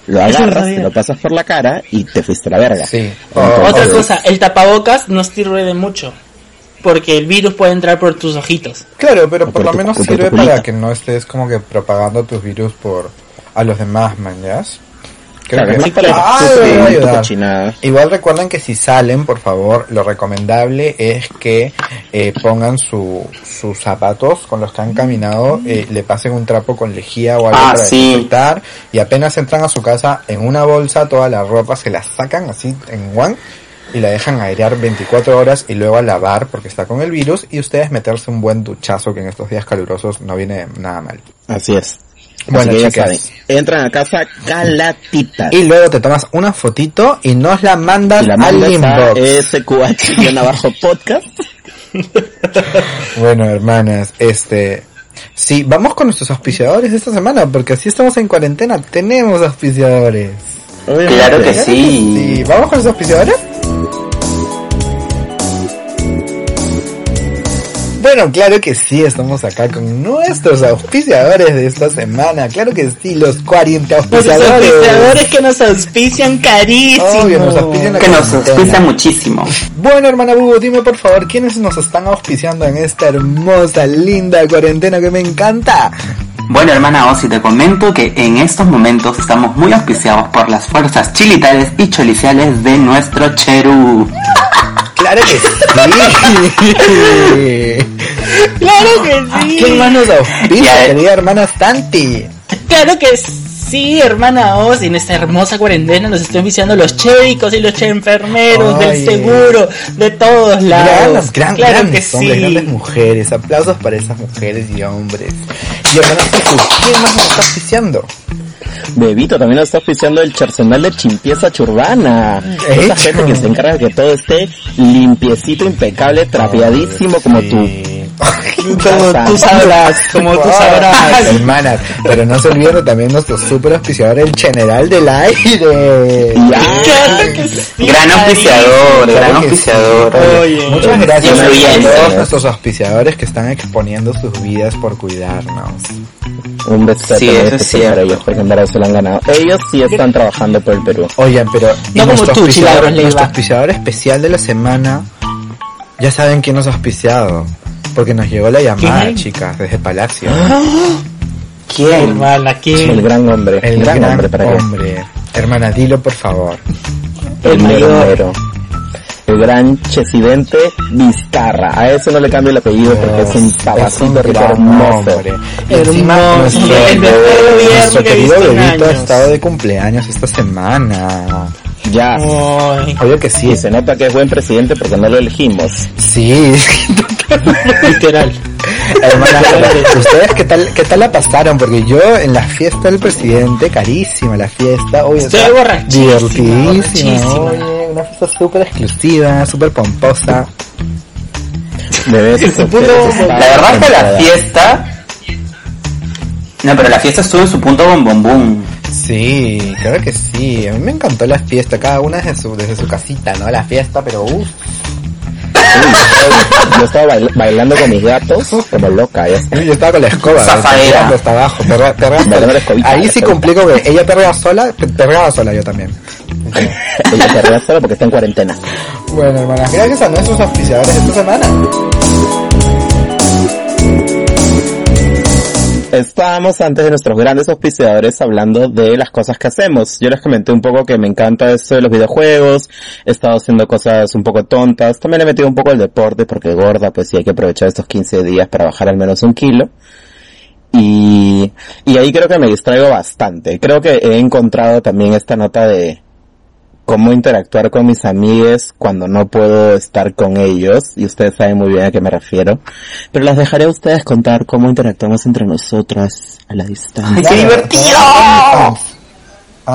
lo agarras,
sabía.
te lo pasas por la cara y te fuiste a la verga.
Sí.
Otra
Obvio.
cosa, el tapabocas no sirve de mucho. Porque el virus puede entrar por tus ojitos.
Claro, pero
O por
por lo
tu-
menos
o por tu
sirve
culito.
para que no estés como que propagando tus virus por a los demás, mañas. Creo
Claro,
que
no para
Ah,
tu- tu-
me va a
tu
ayudar.
cochinada.
Igual recuerden que si salen, por favor, lo recomendable es que eh, pongan su, sus zapatos con los que han caminado, eh, le pasen un trapo con lejía o algo
Ah,
para
sí.
desinfectar y apenas entran a su casa en una bolsa toda la ropa se la sacan así en one y la dejan airear 24 horas y luego a lavar porque está con el virus y ustedes meterse un buen duchazo que en estos días calurosos no viene nada mal.
Así es. Así
Bueno,
que ya
chicas.
saben, entran a casa calatitas.
Y luego te tomas una fotito y nos la mandas
Y la
al
mandas a
inbox.
SQH guión abajo podcast.
Bueno, hermanas, este. Sí, vamos con nuestros auspiciadores de esta semana, porque así estamos en cuarentena, tenemos auspiciadores.
Claro que sí.
Sí, vamos con los auspiciadores. Bueno, claro que sí, estamos acá con nuestros auspiciadores de esta semana, claro que sí, los 40
Los
auspiciadores.
auspiciadores que nos auspician carísimo.
Obvio, nos auspician la
Que nos
cuarentena.
auspicia muchísimo.
Bueno, hermana Bubo, dime por favor, ¿quiénes nos están auspiciando en esta hermosa, linda cuarentena que me encanta?
Bueno, hermana Osi, te comento que en estos momentos estamos muy auspiciados por las fuerzas chilitares y choliciales de nuestro Cherú.
Claro que sí.
Claro que sí.
¿Quién más nos auspicia,
Ya, eh.
querida hermana Santi?
Claro que Sí, hermana Oz, en esta hermosa cuarentena nos están viciando los chéricos y los enfermeros del
Ay.
seguro, de todos lados.
Grandes, gran-
claro que
grandes hombres,
sí.
grandes mujeres. Aplausos para esas mujeres y hombres. Y hermanas, ¿quién más nos está oficiando?
Bebito también lo está oficiando el personal de chimpieza churbana. Esa
Hecho.
gente que se encarga de que todo esté limpiecito, impecable, trapeadísimo como tú.
[LAUGHS] Como
tú
sabrás,
como tú sabrás.
Hermanas, pero no se olviden de también nuestro super auspiciador, el general del aire.
Claro que sí.
Gran auspiciador, gran
Claro que
auspiciador.
Oye, muchas gracias a
influyente.
todos nuestros auspiciadores que están exponiendo sus vidas por cuidarnos.
Un este beso
Sí, eso es
para
cierto.
ellos, porque en verdad se lo han ganado. Ellos sí están trabajando por el Perú.
Oigan, pero y
No como
nuestro,
tú,
auspiciador,
Chilabras, Leiva.
nuestro auspiciador especial de la semana, ya saben quién nos ha auspiciado, porque nos llegó la llamada,
¿Quién? Ah,
chicas, desde Palacio.
¿Quién?
Hermana,
El
¿quién?
gran hombre,
El gran,
hombre para acá.
hombre. Hermana, dilo por favor.
El
El
mero,
mayor.
mero. El gran presidente Vizcarra. A eso no le cambio el apellido porque es un
un
tabacito rico
gran
hermoso.
hombre. Y encima,
Hermoso.
nuestro,
El mejor gobierno
nuestro
que he
querido
visto en
bebito ha
años.
estado de cumpleaños esta semana.
Ya.
Ay,
Obvio que sí,
Sí, se nota que es buen presidente porque no lo elegimos.
sí. [LAUGHS]
literal.
Hermana, ¿ustedes qué tal, qué tal la pasaron? Porque yo en la fiesta del presidente, carísima la fiesta, oye,
Estoy
estaba
borrachísima,
divertidísima,
borrachísima.
oye, una fiesta súper exclusiva, súper pomposa.
Bebés,
Ese punto-
ustedes están
la verdad es que la
encantadas.
fiesta. No, pero la fiesta estuvo en su punto bombombum.
Sí, claro que sí, a mí me encantó la fiesta, cada una desde su, desde su casita, ¿no? La fiesta, pero uff.
Yo estaba bail- bailando con mis gatos como loca. Ya está.
Yo estaba con la escoba,
Zafadera.
perreando hasta abajo, perra- perreando.
Bailando la escobita,
Ahí
la
sí
escobita.
cumplí con que ella perreaba sola, pe- perreaba sola yo también.
Ella se ríe sola porque está en cuarentena.
Bueno, hermanas, gracias a nuestros auspiciadores esta semana.
Estábamos antes de nuestros grandes auspiciadores hablando de las cosas que hacemos. Yo les comenté un poco que me encanta esto de los videojuegos, he estado haciendo cosas un poco tontas, también he metido un poco el deporte porque gorda, pues sí hay que aprovechar estos 15 días para bajar al menos un kilo. Y, y ahí creo que me distraigo bastante. Creo que he encontrado también esta nota de cómo interactuar con mis amigues cuando no puedo estar con ellos, y ustedes saben muy bien a qué me refiero. Pero las dejaré a ustedes contar cómo interactuamos entre nosotras a la distancia.
¡Qué divertido!
Ah.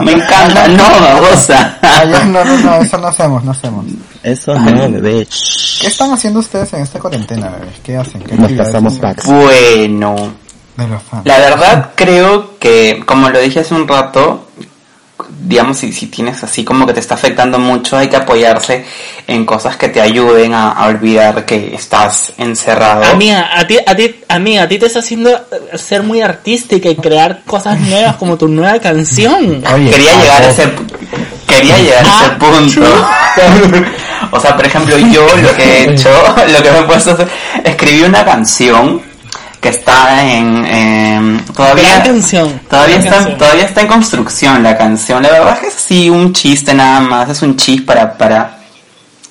Me encanta, no, babosa.
no, no, no, eso no hacemos, no hacemos.
[LAUGHS] Eso no, bebé.
¿Qué están haciendo ustedes en esta cuarentena, bebés? ¿Qué hacen? ¿Qué
Nos
actividades
pasamos
hacen?
packs.
[LAUGHS] Bueno,
De los fans.
la verdad creo que, como lo dije hace un rato, digamos, si, si tienes así como que te está afectando mucho, hay que apoyarse en cosas que te ayuden a, a olvidar que estás encerrado.
Amiga, a ti, a ti, amiga, a ti te está haciendo eh, ser muy artística y crear cosas nuevas como tu nueva canción.
Oye,
quería
ah,
llegar a
vos,
ese pu- quería llegar a
Ah,
ese punto [LAUGHS] o sea por ejemplo yo lo
[LAUGHS]
que he hecho [LAUGHS] lo que me he puesto a hacer, escribí una canción que está en em, todavía
Gran canción.
todavía
Gran
está
canción.
todavía está en construcción la canción la verdad es que es así un chiste nada más es un chiste para para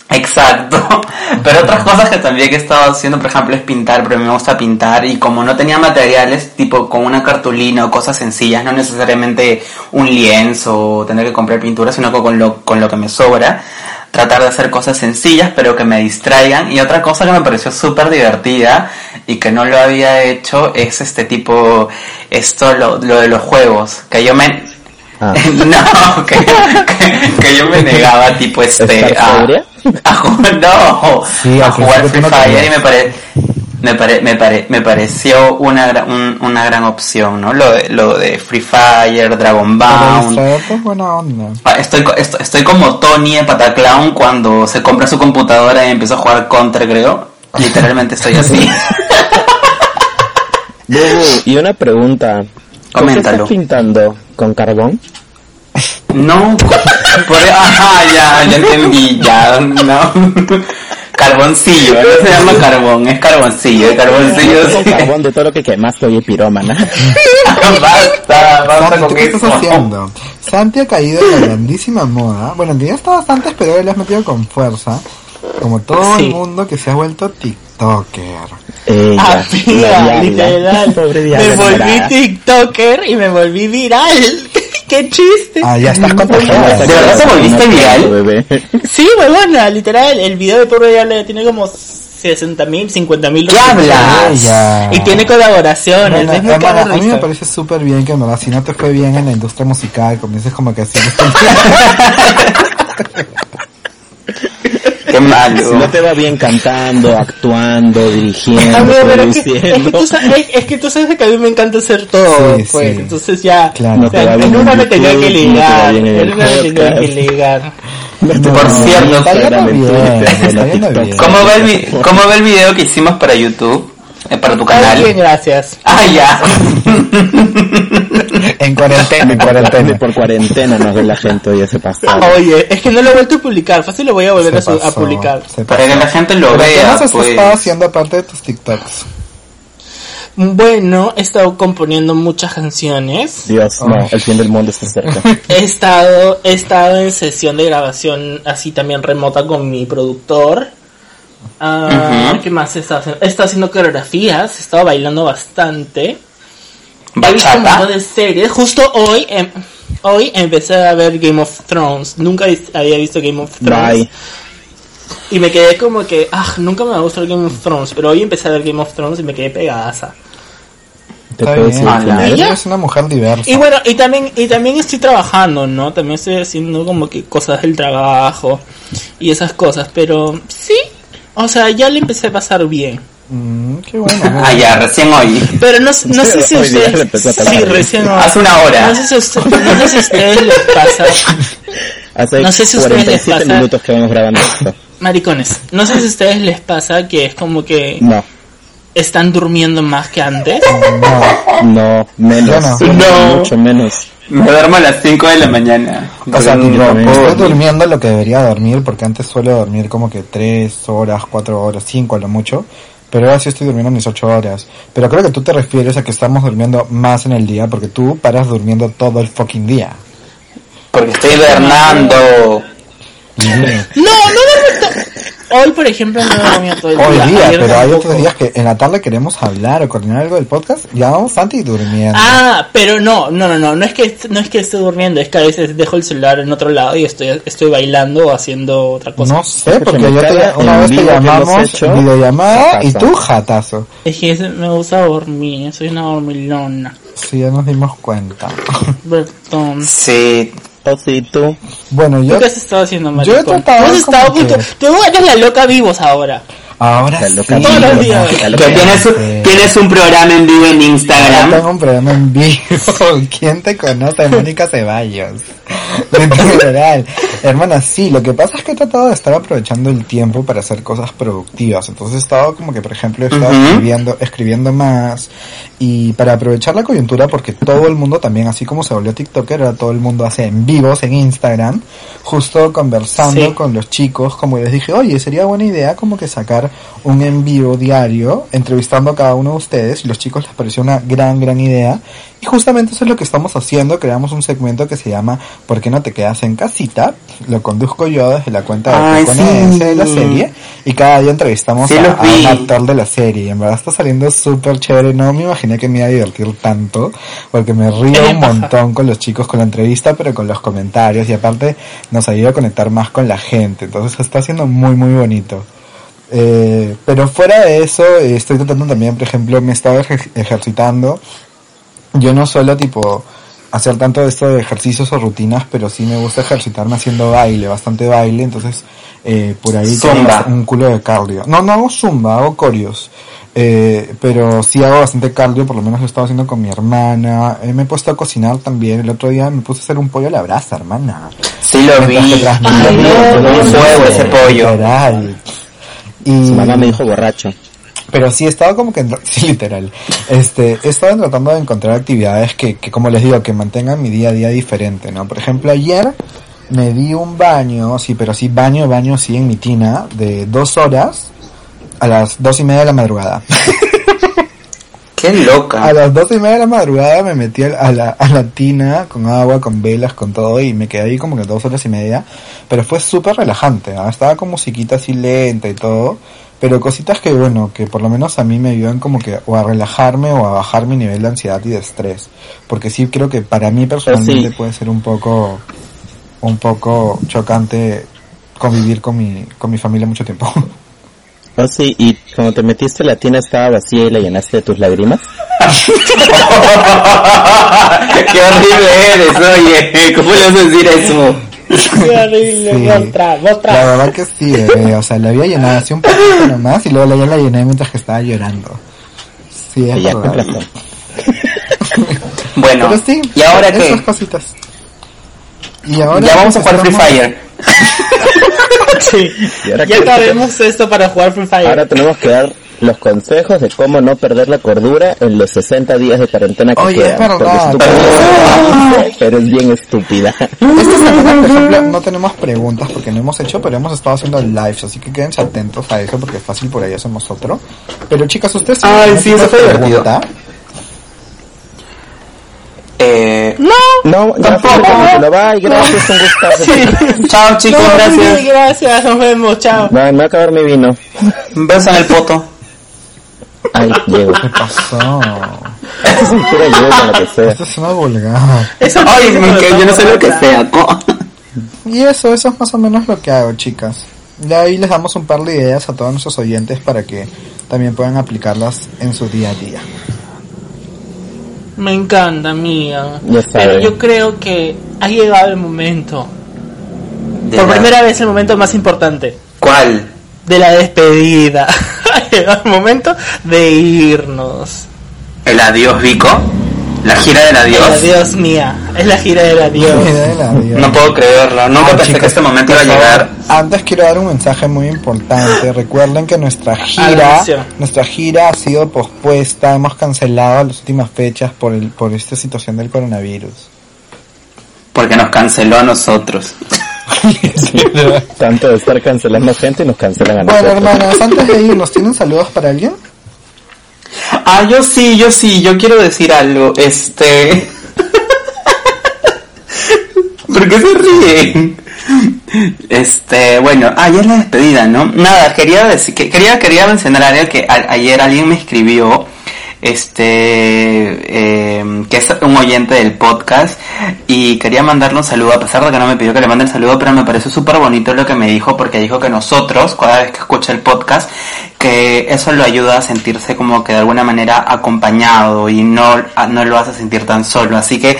Exacto. [LAUGHS] Pero otras cosas que también que he estado haciendo, por ejemplo, es pintar, pero me gusta pintar y como no tenía materiales, tipo con una cartulina o cosas sencillas, no necesariamente un lienzo o tener que comprar pintura, sino que con lo, con lo que me sobra, tratar de hacer cosas sencillas pero que me distraigan. Y otra cosa que me pareció súper divertida y que no lo había hecho es este tipo, esto, lo, lo de los juegos, que yo
[LAUGHS]
me...
Ah.
[LAUGHS] no, que, que- que yo me negaba tipo este
¿Estar
a,
sobria?
[LAUGHS] a jugar no
Sí,
a
al
jugar Free
principio tú no
Fire y
tenías.
me pare, me pare- me pare- me pareció una gran, un- una gran opción no lo de, lo de Free Fire Dragon
para
Bound
distraerte es buena onda.
Pa- Estoy, co- esto- estoy como Tony de Pataclown cuando se compra su computadora y empieza a jugar Counter,
[LAUGHS]
creo. Literalmente estoy así.
Bubu, y una pregunta. ¿Con qué
Coméntalo.
estás pintando? ¿Con carbón?
No, co- por, e- ajá, ya, ya entendí, ya, no. Carboncillo, no se llama carbón, es carboncillo, el carboncillo
Con [LAUGHS]
sí.
carbón de todo lo que quemaste, oye
[LAUGHS]
pirómana.
Basta, basta
Santi, ¿tú
con
¿qué estás
eso.
haciendo? Santi ha caído en la grandísima moda. Bueno, en realidad estabas antes, pero hoy lo has metido con fuerza. Como todo el
Sí.
mundo que se ha vuelto TikToker.
Ella, la
Amiga,
diabla.
Ah, literal.
[LAUGHS] Pobre
me
diabla
volví
enamorada.
TikToker y me volví viral. [LAUGHS] ¡Qué chiste!
Ah, ya estás contagiada.
¿De verdad te volviste viral?
Bebé.
Sí, huevona, literal, el video de Pobre Diablo ya tiene como 60.000, 50.000
¿Qué hablas?
Ya.
Y tiene colaboraciones,
Bueno,
es muy
hermana,
cara
a mí me
risa.
parece súper bien que en verdad, si no te fue bien en la industria musical, comiences como que así.
Qué malo.
Si no te va bien cantando, actuando, dirigiendo,
[LAUGHS] Amigo, pero es, que, es, que
produciendo. [LAUGHS]
tú sa- es- es que tú sabes que a mí me encanta hacer todo,
Sí,
pues,
sí.
entonces ya,
Claro.
No
o sea,
te va bien
en
en
una me
YouTube,
tenía que
no te va
ligar,
bien en
en
el
una me tenía que
podcast.
ligar.
Por cierto,
está yendo
en
bien,
Twitter,
está
en
yendo
TikTok.
bien.
¿Cómo ve, el vi- ¿Cómo ve el video que hicimos para YouTube? Eh, para tu
Está bien,
canal.
gracias.
Ah, ya.
En cuarentena,
Ni
en cuarentena.
por cuarentena nos ve la gente hoy ese pasado.
Oye, es que no lo he vuelto a publicar, fácil lo voy a volver a,
Se
su- a
pasó,
publicar.
se pasó.
Para que la gente lo
Pero, ¿Qué
vea.
más has
pues.
estado haciendo aparte de tus TikToks?
Bueno, he estado componiendo muchas canciones,
Dios, no, el fin del mundo está cerca.
he estado, he estado en sesión de grabación así también remota con mi productor. Ah,
Ujú.
¿Qué más he estado haciendo? He estado haciendo coreografías, he estado bailando bastante. He visto un
Bachata.
montón de series. Justo hoy, em, hoy empecé a ver Game of Thrones. Nunca vis- había visto Game of Thrones.
Bye.
Y me quedé como que, ah, nunca me va a gustar Game of Thrones. Pero hoy empecé a ver Game of Thrones y me quedé pegadaza.
Te
Está
puedo
bien.
decir al
Ala.
final.
Eres una mujer diversa.
Y bueno, y también, y también estoy trabajando, ¿no? También estoy haciendo como que cosas del trabajo y esas cosas. Pero sí, o sea, ya le empecé a pasar bien.
Mm, qué bueno.
Ah, ya, recién hoy.
Pero no, no sé si
Hoy día le
ustedes...
empezó a pasar
Sí,
bien.
recién...
Hace una hora.
No sé si a usted- no sé si a ustedes les pasa...
Hace
No sé si a ustedes les
47
pasa-
minutos que vamos grabando esto.
Maricones, no sé si a ustedes les pasa que es como que
No,
están durmiendo más que antes.
no, menos.
Yo
no.
Mucho menos.
Me duermo a las 5 de la mañana.
O sea,
Yo
tipo,
también.
estoy durmiendo lo que debería dormir, porque antes suelo dormir como que 3 horas, 4 horas, 5 a lo mucho, pero ahora sí estoy durmiendo mis 8 horas. Pero creo que tú te refieres a que estamos durmiendo más en el día, porque tú paras durmiendo todo el fucking día.
Porque estoy hibernando.
No, no duermo to- Hoy, por ejemplo, no dormí todo el día.
Hoy día,
Ayer
pero hay
tampoco.
otros días que en la tarde queremos hablar o coordinar algo del podcast, ya vamos Santi durmiendo.
Ah, pero no, no, no, no, no es que est- no es que esté durmiendo, es que a veces dejo el celular en otro lado y estoy estoy bailando o haciendo otra cosa.
No sé, porque
Se me
yo te-
caga
una
en
vez te
vivo que hemos
llamamos
hecho.
videollamada y
Jatazo.
tú jatazo.
Es que es- me gusta dormir, soy una dormilona.
Sí, ya nos dimos cuenta. [LAUGHS]
Perdón.
Sí.
Osito.
Bueno,
¿Tú
yo
qué has estado haciendo,
yo he
maricón?
tratado
Tú has
como
estado
que-
junto- Tú eres la loca vivos ahora.
ahora
La loca
sí,
Todos los días.
La
Que
loca-
tienes, un- tienes un programa en vivo en
Ahora
Instagram.
tengo un programa en vivo. [LAUGHS] ¿Quién te conoce? Mónica Ceballos. [LAUGHS] Literal. Hermana, sí, lo que pasa es que he tratado de estar aprovechando el tiempo para hacer cosas productivas. Entonces he estado como que, por ejemplo, he estado
Ujú.
escribiendo, escribiendo más. Y para aprovechar la coyuntura, porque todo el mundo también, así como se volvió TikToker, ahora todo el mundo hace en vivos en Instagram. Justo conversando
Sí.
con los chicos, como les dije, oye, sería buena idea como que sacar un envío diario entrevistando a cada uno de ustedes. Y los chicos les pareció una gran, gran idea. Y justamente eso es lo que estamos haciendo. Creamos un segmento que se llama ¿Por qué no te quedas en casita? Lo conduzco yo desde la cuenta de
Ay,
Peconedense
sí.
de la serie. Y cada día entrevistamos
Sí,
a,
los
a un
vi.
actor de la serie. Y En verdad está saliendo súper chévere. No me imaginé que me iba a divertir tanto. Porque me río
Eres
un
paja.
montón con los chicos, con la entrevista, pero con los comentarios. Y aparte nos ayuda a conectar más con la gente. Entonces está siendo muy, muy bonito. Eh, pero fuera de eso, eh, estoy tratando también, por ejemplo, me he estado ej- ejercitando. Yo no suelo tipo hacer tanto de esto de ejercicios o rutinas, pero sí me gusta ejercitarme haciendo baile, bastante baile, entonces eh, por ahí
Zumba.
tengo un culo de cardio. No, no hago zumba, hago corios. Eh, pero sí hago bastante cardio, por lo menos lo he estado haciendo con mi hermana. Eh, me he puesto a cocinar también. El otro día me puse a hacer un pollo a la brasa, hermana.
Sí lo vi.
Mientras que transmitía.
Ay, no,
Yo
un
lo
fuego
hice,
ese pollo.
literal. Y,
Su mamá me dijo borracho.
pero sí he estado como que, [LAUGHS] sí, literal, este, he estado tratando de encontrar actividades que, que, como les digo, que mantengan mi día a día diferente, ¿no? Por ejemplo, ayer me di un baño, sí, pero sí, baño, baño, sí, en mi [LAUGHS] tina, de dos horas a las dos y media de la madrugada.
Qué loca.
A las dos y media de la madrugada me metí al- a la, a la tina con agua, con velas, con todo y me quedé ahí como que dos horas y media. Pero fue súper relajante, ¿ah? estaba con musiquita así lenta y todo. Pero cositas que bueno, que por lo menos a mí me ayudan como que o a relajarme o a bajar mi nivel de ansiedad y de estrés. Porque sí creo que para mí personalmente
sí.
puede ser un poco, un poco chocante convivir con mi, con mi familia mucho tiempo. [LAUGHS]
Oh, sí, y cuando te metiste la tina estaba vacía y la llenaste de tus lágrimas.
[LAUGHS] Qué horrible eres, oye. ¿Cómo le vas a decir eso?
Qué horrible,
Sí.
otra, otra.
La verdad que sí, bebé. O sea, la había llenado así un poquito nomás y luego la- ya la llené mientras que estaba llorando. Sí, es
Y ya con
verdad.
razón.
Bueno,
Pero sí,
¿y ahora
esas
qué?
cositas. Y ahora
Ya vamos a jugar Free
estamos-
Fire.
Sí.
¿Y ahora
Ya
qué?
acabemos esto para jugar Free Fire.
Ahora tenemos que dar los consejos de cómo no perder la cordura en los 60 días de cuarentena que
Oye, es
quedan. porque
verdad.
estúpida- pero es bien estúpida.
Esta semana, [LAUGHS] por ejemplo, no tenemos preguntas porque no hemos hecho, pero hemos estado haciendo lives, así que quédense atentos a eso porque fácil por ahí hacemos otro. Pero chicas, ustedes...
Ay,
tienen
sí,
alguna
eso fue divertido.
pregunta?
Eh,
[LAUGHS] No,
Tampoco.
gracias, lo va y gracias, un gustazo.
[LAUGHS] Chao chicos,
No,
gracias.
sí, gracias, nos vemos, chao.
No, me va a acabar mi vino.
Un beso en el poto.
Ay, llego. [LAUGHS]
¿Qué pasó?
Esta cintura llego con lo que sea.
Esto es una vulgar.
Eso
Ay, me- que yo no sé lo que sea. co-
Y eso, eso es más o menos lo que hago, chicas. De ahí les damos un par de ideas a todos nuestros oyentes para que también puedan aplicarlas en su día a día.
Me encanta, mía.
Ya saben.
Pero yo creo que ha llegado el momento.
De
Por
la-
primera vez el momento más importante.
¿Cuál?
De la despedida. [LAUGHS] ha llegado el momento de irnos.
¿El adiós, Vico? ¿La gira del
El
adiós?
adiós mía. Es la gira del adiós.
Idea de la vida.
No puedo creerlo. Nunca
Ah,
pensé que
chicas,
este momento iba
por
a llegar.
favor, Antes quiero dar un mensaje muy importante. Recuerden que nuestra gira,
Anuncio.
nuestra gira ha sido pospuesta, hemos cancelado las últimas fechas por el, por esta situación
[LAUGHS]
del coronavirus.
Porque nos canceló a nosotros.
Tanto de estar cancelando gente y nos cancelan a
Bueno,
nosotros.
hermanas, antes de irnos, ¿tienen saludos para alguien?
Ah, yo sí, yo sí, yo quiero decir algo. Este. ¿Por qué se ríen? Este, bueno, ayer la despedida, ¿no? Nada, quería decir, que- quería, quería mencionar algo que a- ayer alguien me escribió, este, eh, que es un oyente del podcast, y quería mandarle un saludo, a pesar de que no me pidió que le mande el saludo, pero me pareció súper bonito lo que me dijo, porque dijo que nosotros, cada vez que escucha el podcast, que eso lo ayuda a sentirse como que de alguna manera acompañado y no, a- no lo hace sentir tan solo. Así que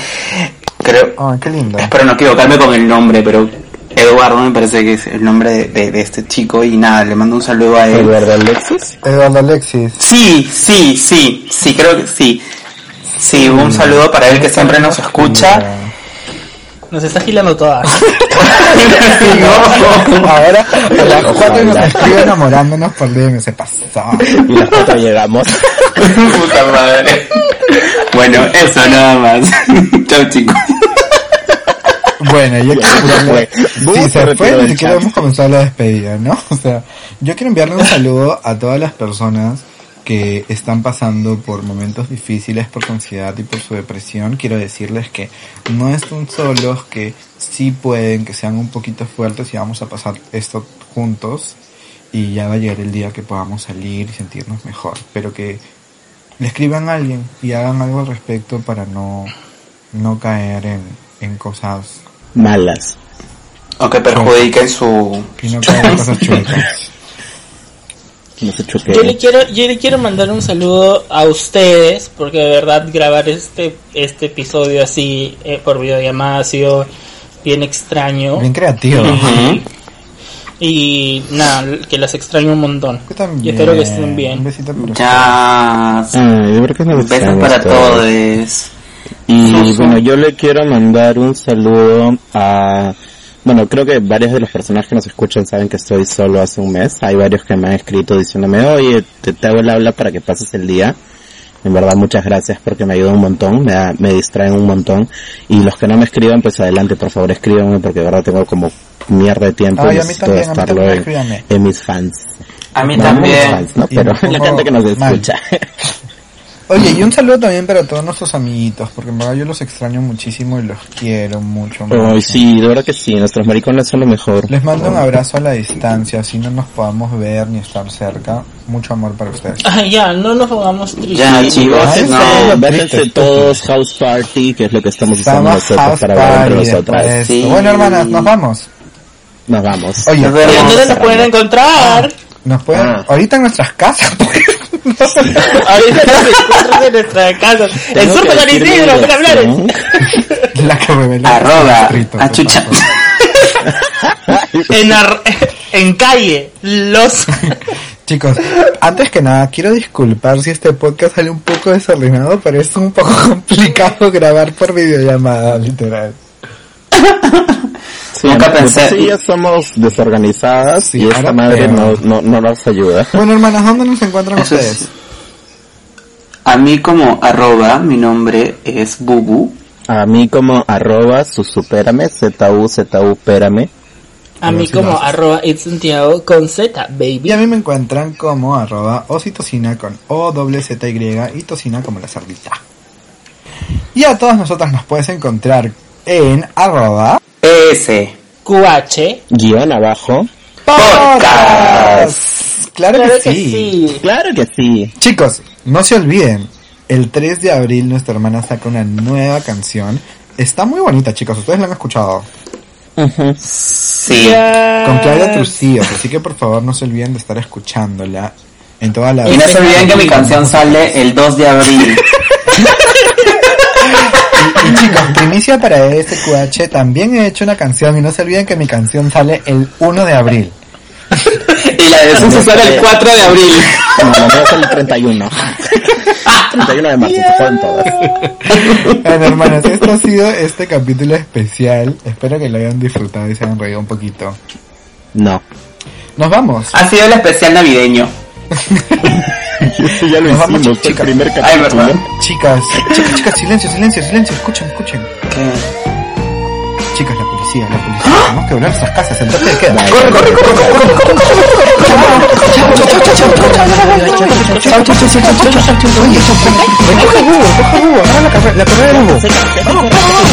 creo,
Ay, qué lindo.
Espero no equivocarme con el nombre, pero Eduardo me parece que es el nombre de, de- de este chico y nada, le mando un saludo a él.
Eduardo Alexis.
Eduardo Alexis.
Sí, sí, sí, sí, creo que sí. Sí, un saludo para él que siempre nos escucha.
Ah.
[LAUGHS]
Nos está gilando todas.
[LAUGHS] Ahora, a las cuatro nos
Ojalá.
escribe enamorándonos por DM, se pasó.
Y las cuatro llegamos.
Puta madre. Bueno, eso nada más. [LAUGHS] Chao chicos.
[LAUGHS] Bueno, yo quiero
fue.
Sí,
Bu, se
se
retiró
fue,
del
ni siquiera
chat.
hemos comenzado la despedida, ¿no? [LAUGHS] O sea, yo quiero enviarle un saludo a todas las personas que están pasando por momentos difíciles por su ansiedad y por su depresión. Quiero decirles que no están solos, que sí pueden, que sean un poquito fuertes y vamos a pasar esto juntos. Y ya va a llegar el día que podamos salir y sentirnos mejor. Pero que le escriban a alguien y hagan algo al respecto para no, no caer en, en cosas
Malas.
O que perjudiquen su...
y no caer
[LAUGHS]
en cosas chuecas.
No se chupe.
Yo le quiero, yo le quiero mandar un saludo a ustedes, porque de verdad grabar este, este episodio así eh, por videollamada ha sido bien extraño.
Bien creativo.
Ujú.
Y nada, que las extraño un montón.
Yo también.
Y espero que estén
Un
bien.
besito para
Ya.
Ay, Ah, yo creo que nos
Besos
gustamos
para
todos.
todos.
Y bueno, yo le quiero mandar un saludo a... Bueno, creo que varias de las personas que nos escuchan saben que estoy solo hace un mes. Hay varios que me han escrito diciéndome, oye, te, te hago el habla para que pases el día. En verdad, muchas gracias porque me ayuda un montón, me, da- me distraen un montón. Y los que no me escriban, pues adelante, por favor, escríbanme porque de verdad tengo como mierda de tiempo
Ay, a
y
mí
necesito
también, a mí
gastarlo
también,
en,
escríbanme.
en mis fans.
A mí
No, no mis
también.
fans, ¿no?
Y
Pero
un
la
poco
gente que nos
mal.
escucha.
Oye, y un saludo también para todos nuestros amiguitos, porque en verdad yo los extraño muchísimo y los quiero mucho.
Ay,
mucho.
sí, de verdad que sí, nuestros maricones son lo mejor.
Les mando un abrazo a la distancia, así no nos podamos ver ni estar cerca. Mucho amor para ustedes.
Ah, ya, no nos pongamos tristes.
Ya, chicos,
Ay,
no.
sí, vénganse todos House Party, que es lo que estamos usando
Estamos
nosotros
house
para hablar entre
party después de
nosotras.
esto.
Sí.
Bueno, hermanas, nos vamos.
Nos vamos.
Oye,
Nos vemos.
¿Y ¿Dónde nos
cerrando.
pueden encontrar?
nos pueden...
Ah.
Ahorita en nuestras casas, [LAUGHS] pues.
[LAUGHS] Ahorita nos encuentran en nuestra casa. El
Tengo
sur
que
de San
decirme
Isidro,
mi
Juan Flores.
dirección.
La que reveló.
Arroba.
Distrito,
Ah, chucha.
por favor.
En, ar- [LAUGHS] en calle, los...
Chicos, antes que nada, quiero disculpar si este podcast sale un poco desordenado, pero es un poco [LAUGHS] complicado grabar por videollamada, literal.
Sí,
Nunca
no,
pensé.
Sí, ya somos desorganizadas
Sí,
y esta
ahora
madre
peor.
no, no, no nos ayuda.
Bueno, hermanas, ¿dónde nos encuentran
Eso es-
ustedes?
A mí como arroba, mi nombre es Bubu.
A mí como arroba susupérame, ZU, ZU, pérame.
A mí como arroba it's Santiago con Z, baby.
Y a mí me encuentran como arroba ocitocina con O doble Z Y y tocina como la sardita. Y a todas nosotras nos puedes encontrar en arroba
PS.
QH.
Guión abajo.
podcast. Claro,
Claro
que,
que
sí.
sí.
Claro que sí.
Chicos, no se olviden, el 3 de abril nuestra hermana saca una nueva canción. Está muy bonita, chicos, ustedes la han escuchado.
Sí.
Con
Ah.
Claudia Trujillo, así que por favor no se olviden de estar escuchándola en toda la
Y no se olviden que mi canción sale el 2 de abril.
Y chicos, primicia para este QH, también he hecho una canción y no se olviden que mi canción sale el 1 de abril.
[LAUGHS] y la de Susu sale el 4 de abril.
No, no, no es el [LAUGHS] 31. 31 de marzo, se pueden todas.
Bueno, hermanos, esto ha sido este capítulo especial. Espero que lo hayan disfrutado y se hayan reído un poquito.
No.
Nos vamos.
Ha sido el especial navideño.
Eso ya lo
Nos vamos,
hicimos, fue el
chicas.
primer
Ay, ¿verdad?
capítulo.
Chicas, chicas, chicas, silencio, silencio, silencio. Escuchen, escuchen.
¿Qué?
Chicas, la policía, la policía. Tenemos que volver a nuestras casas. Entonces, ¿qué?
Se- se- se- se-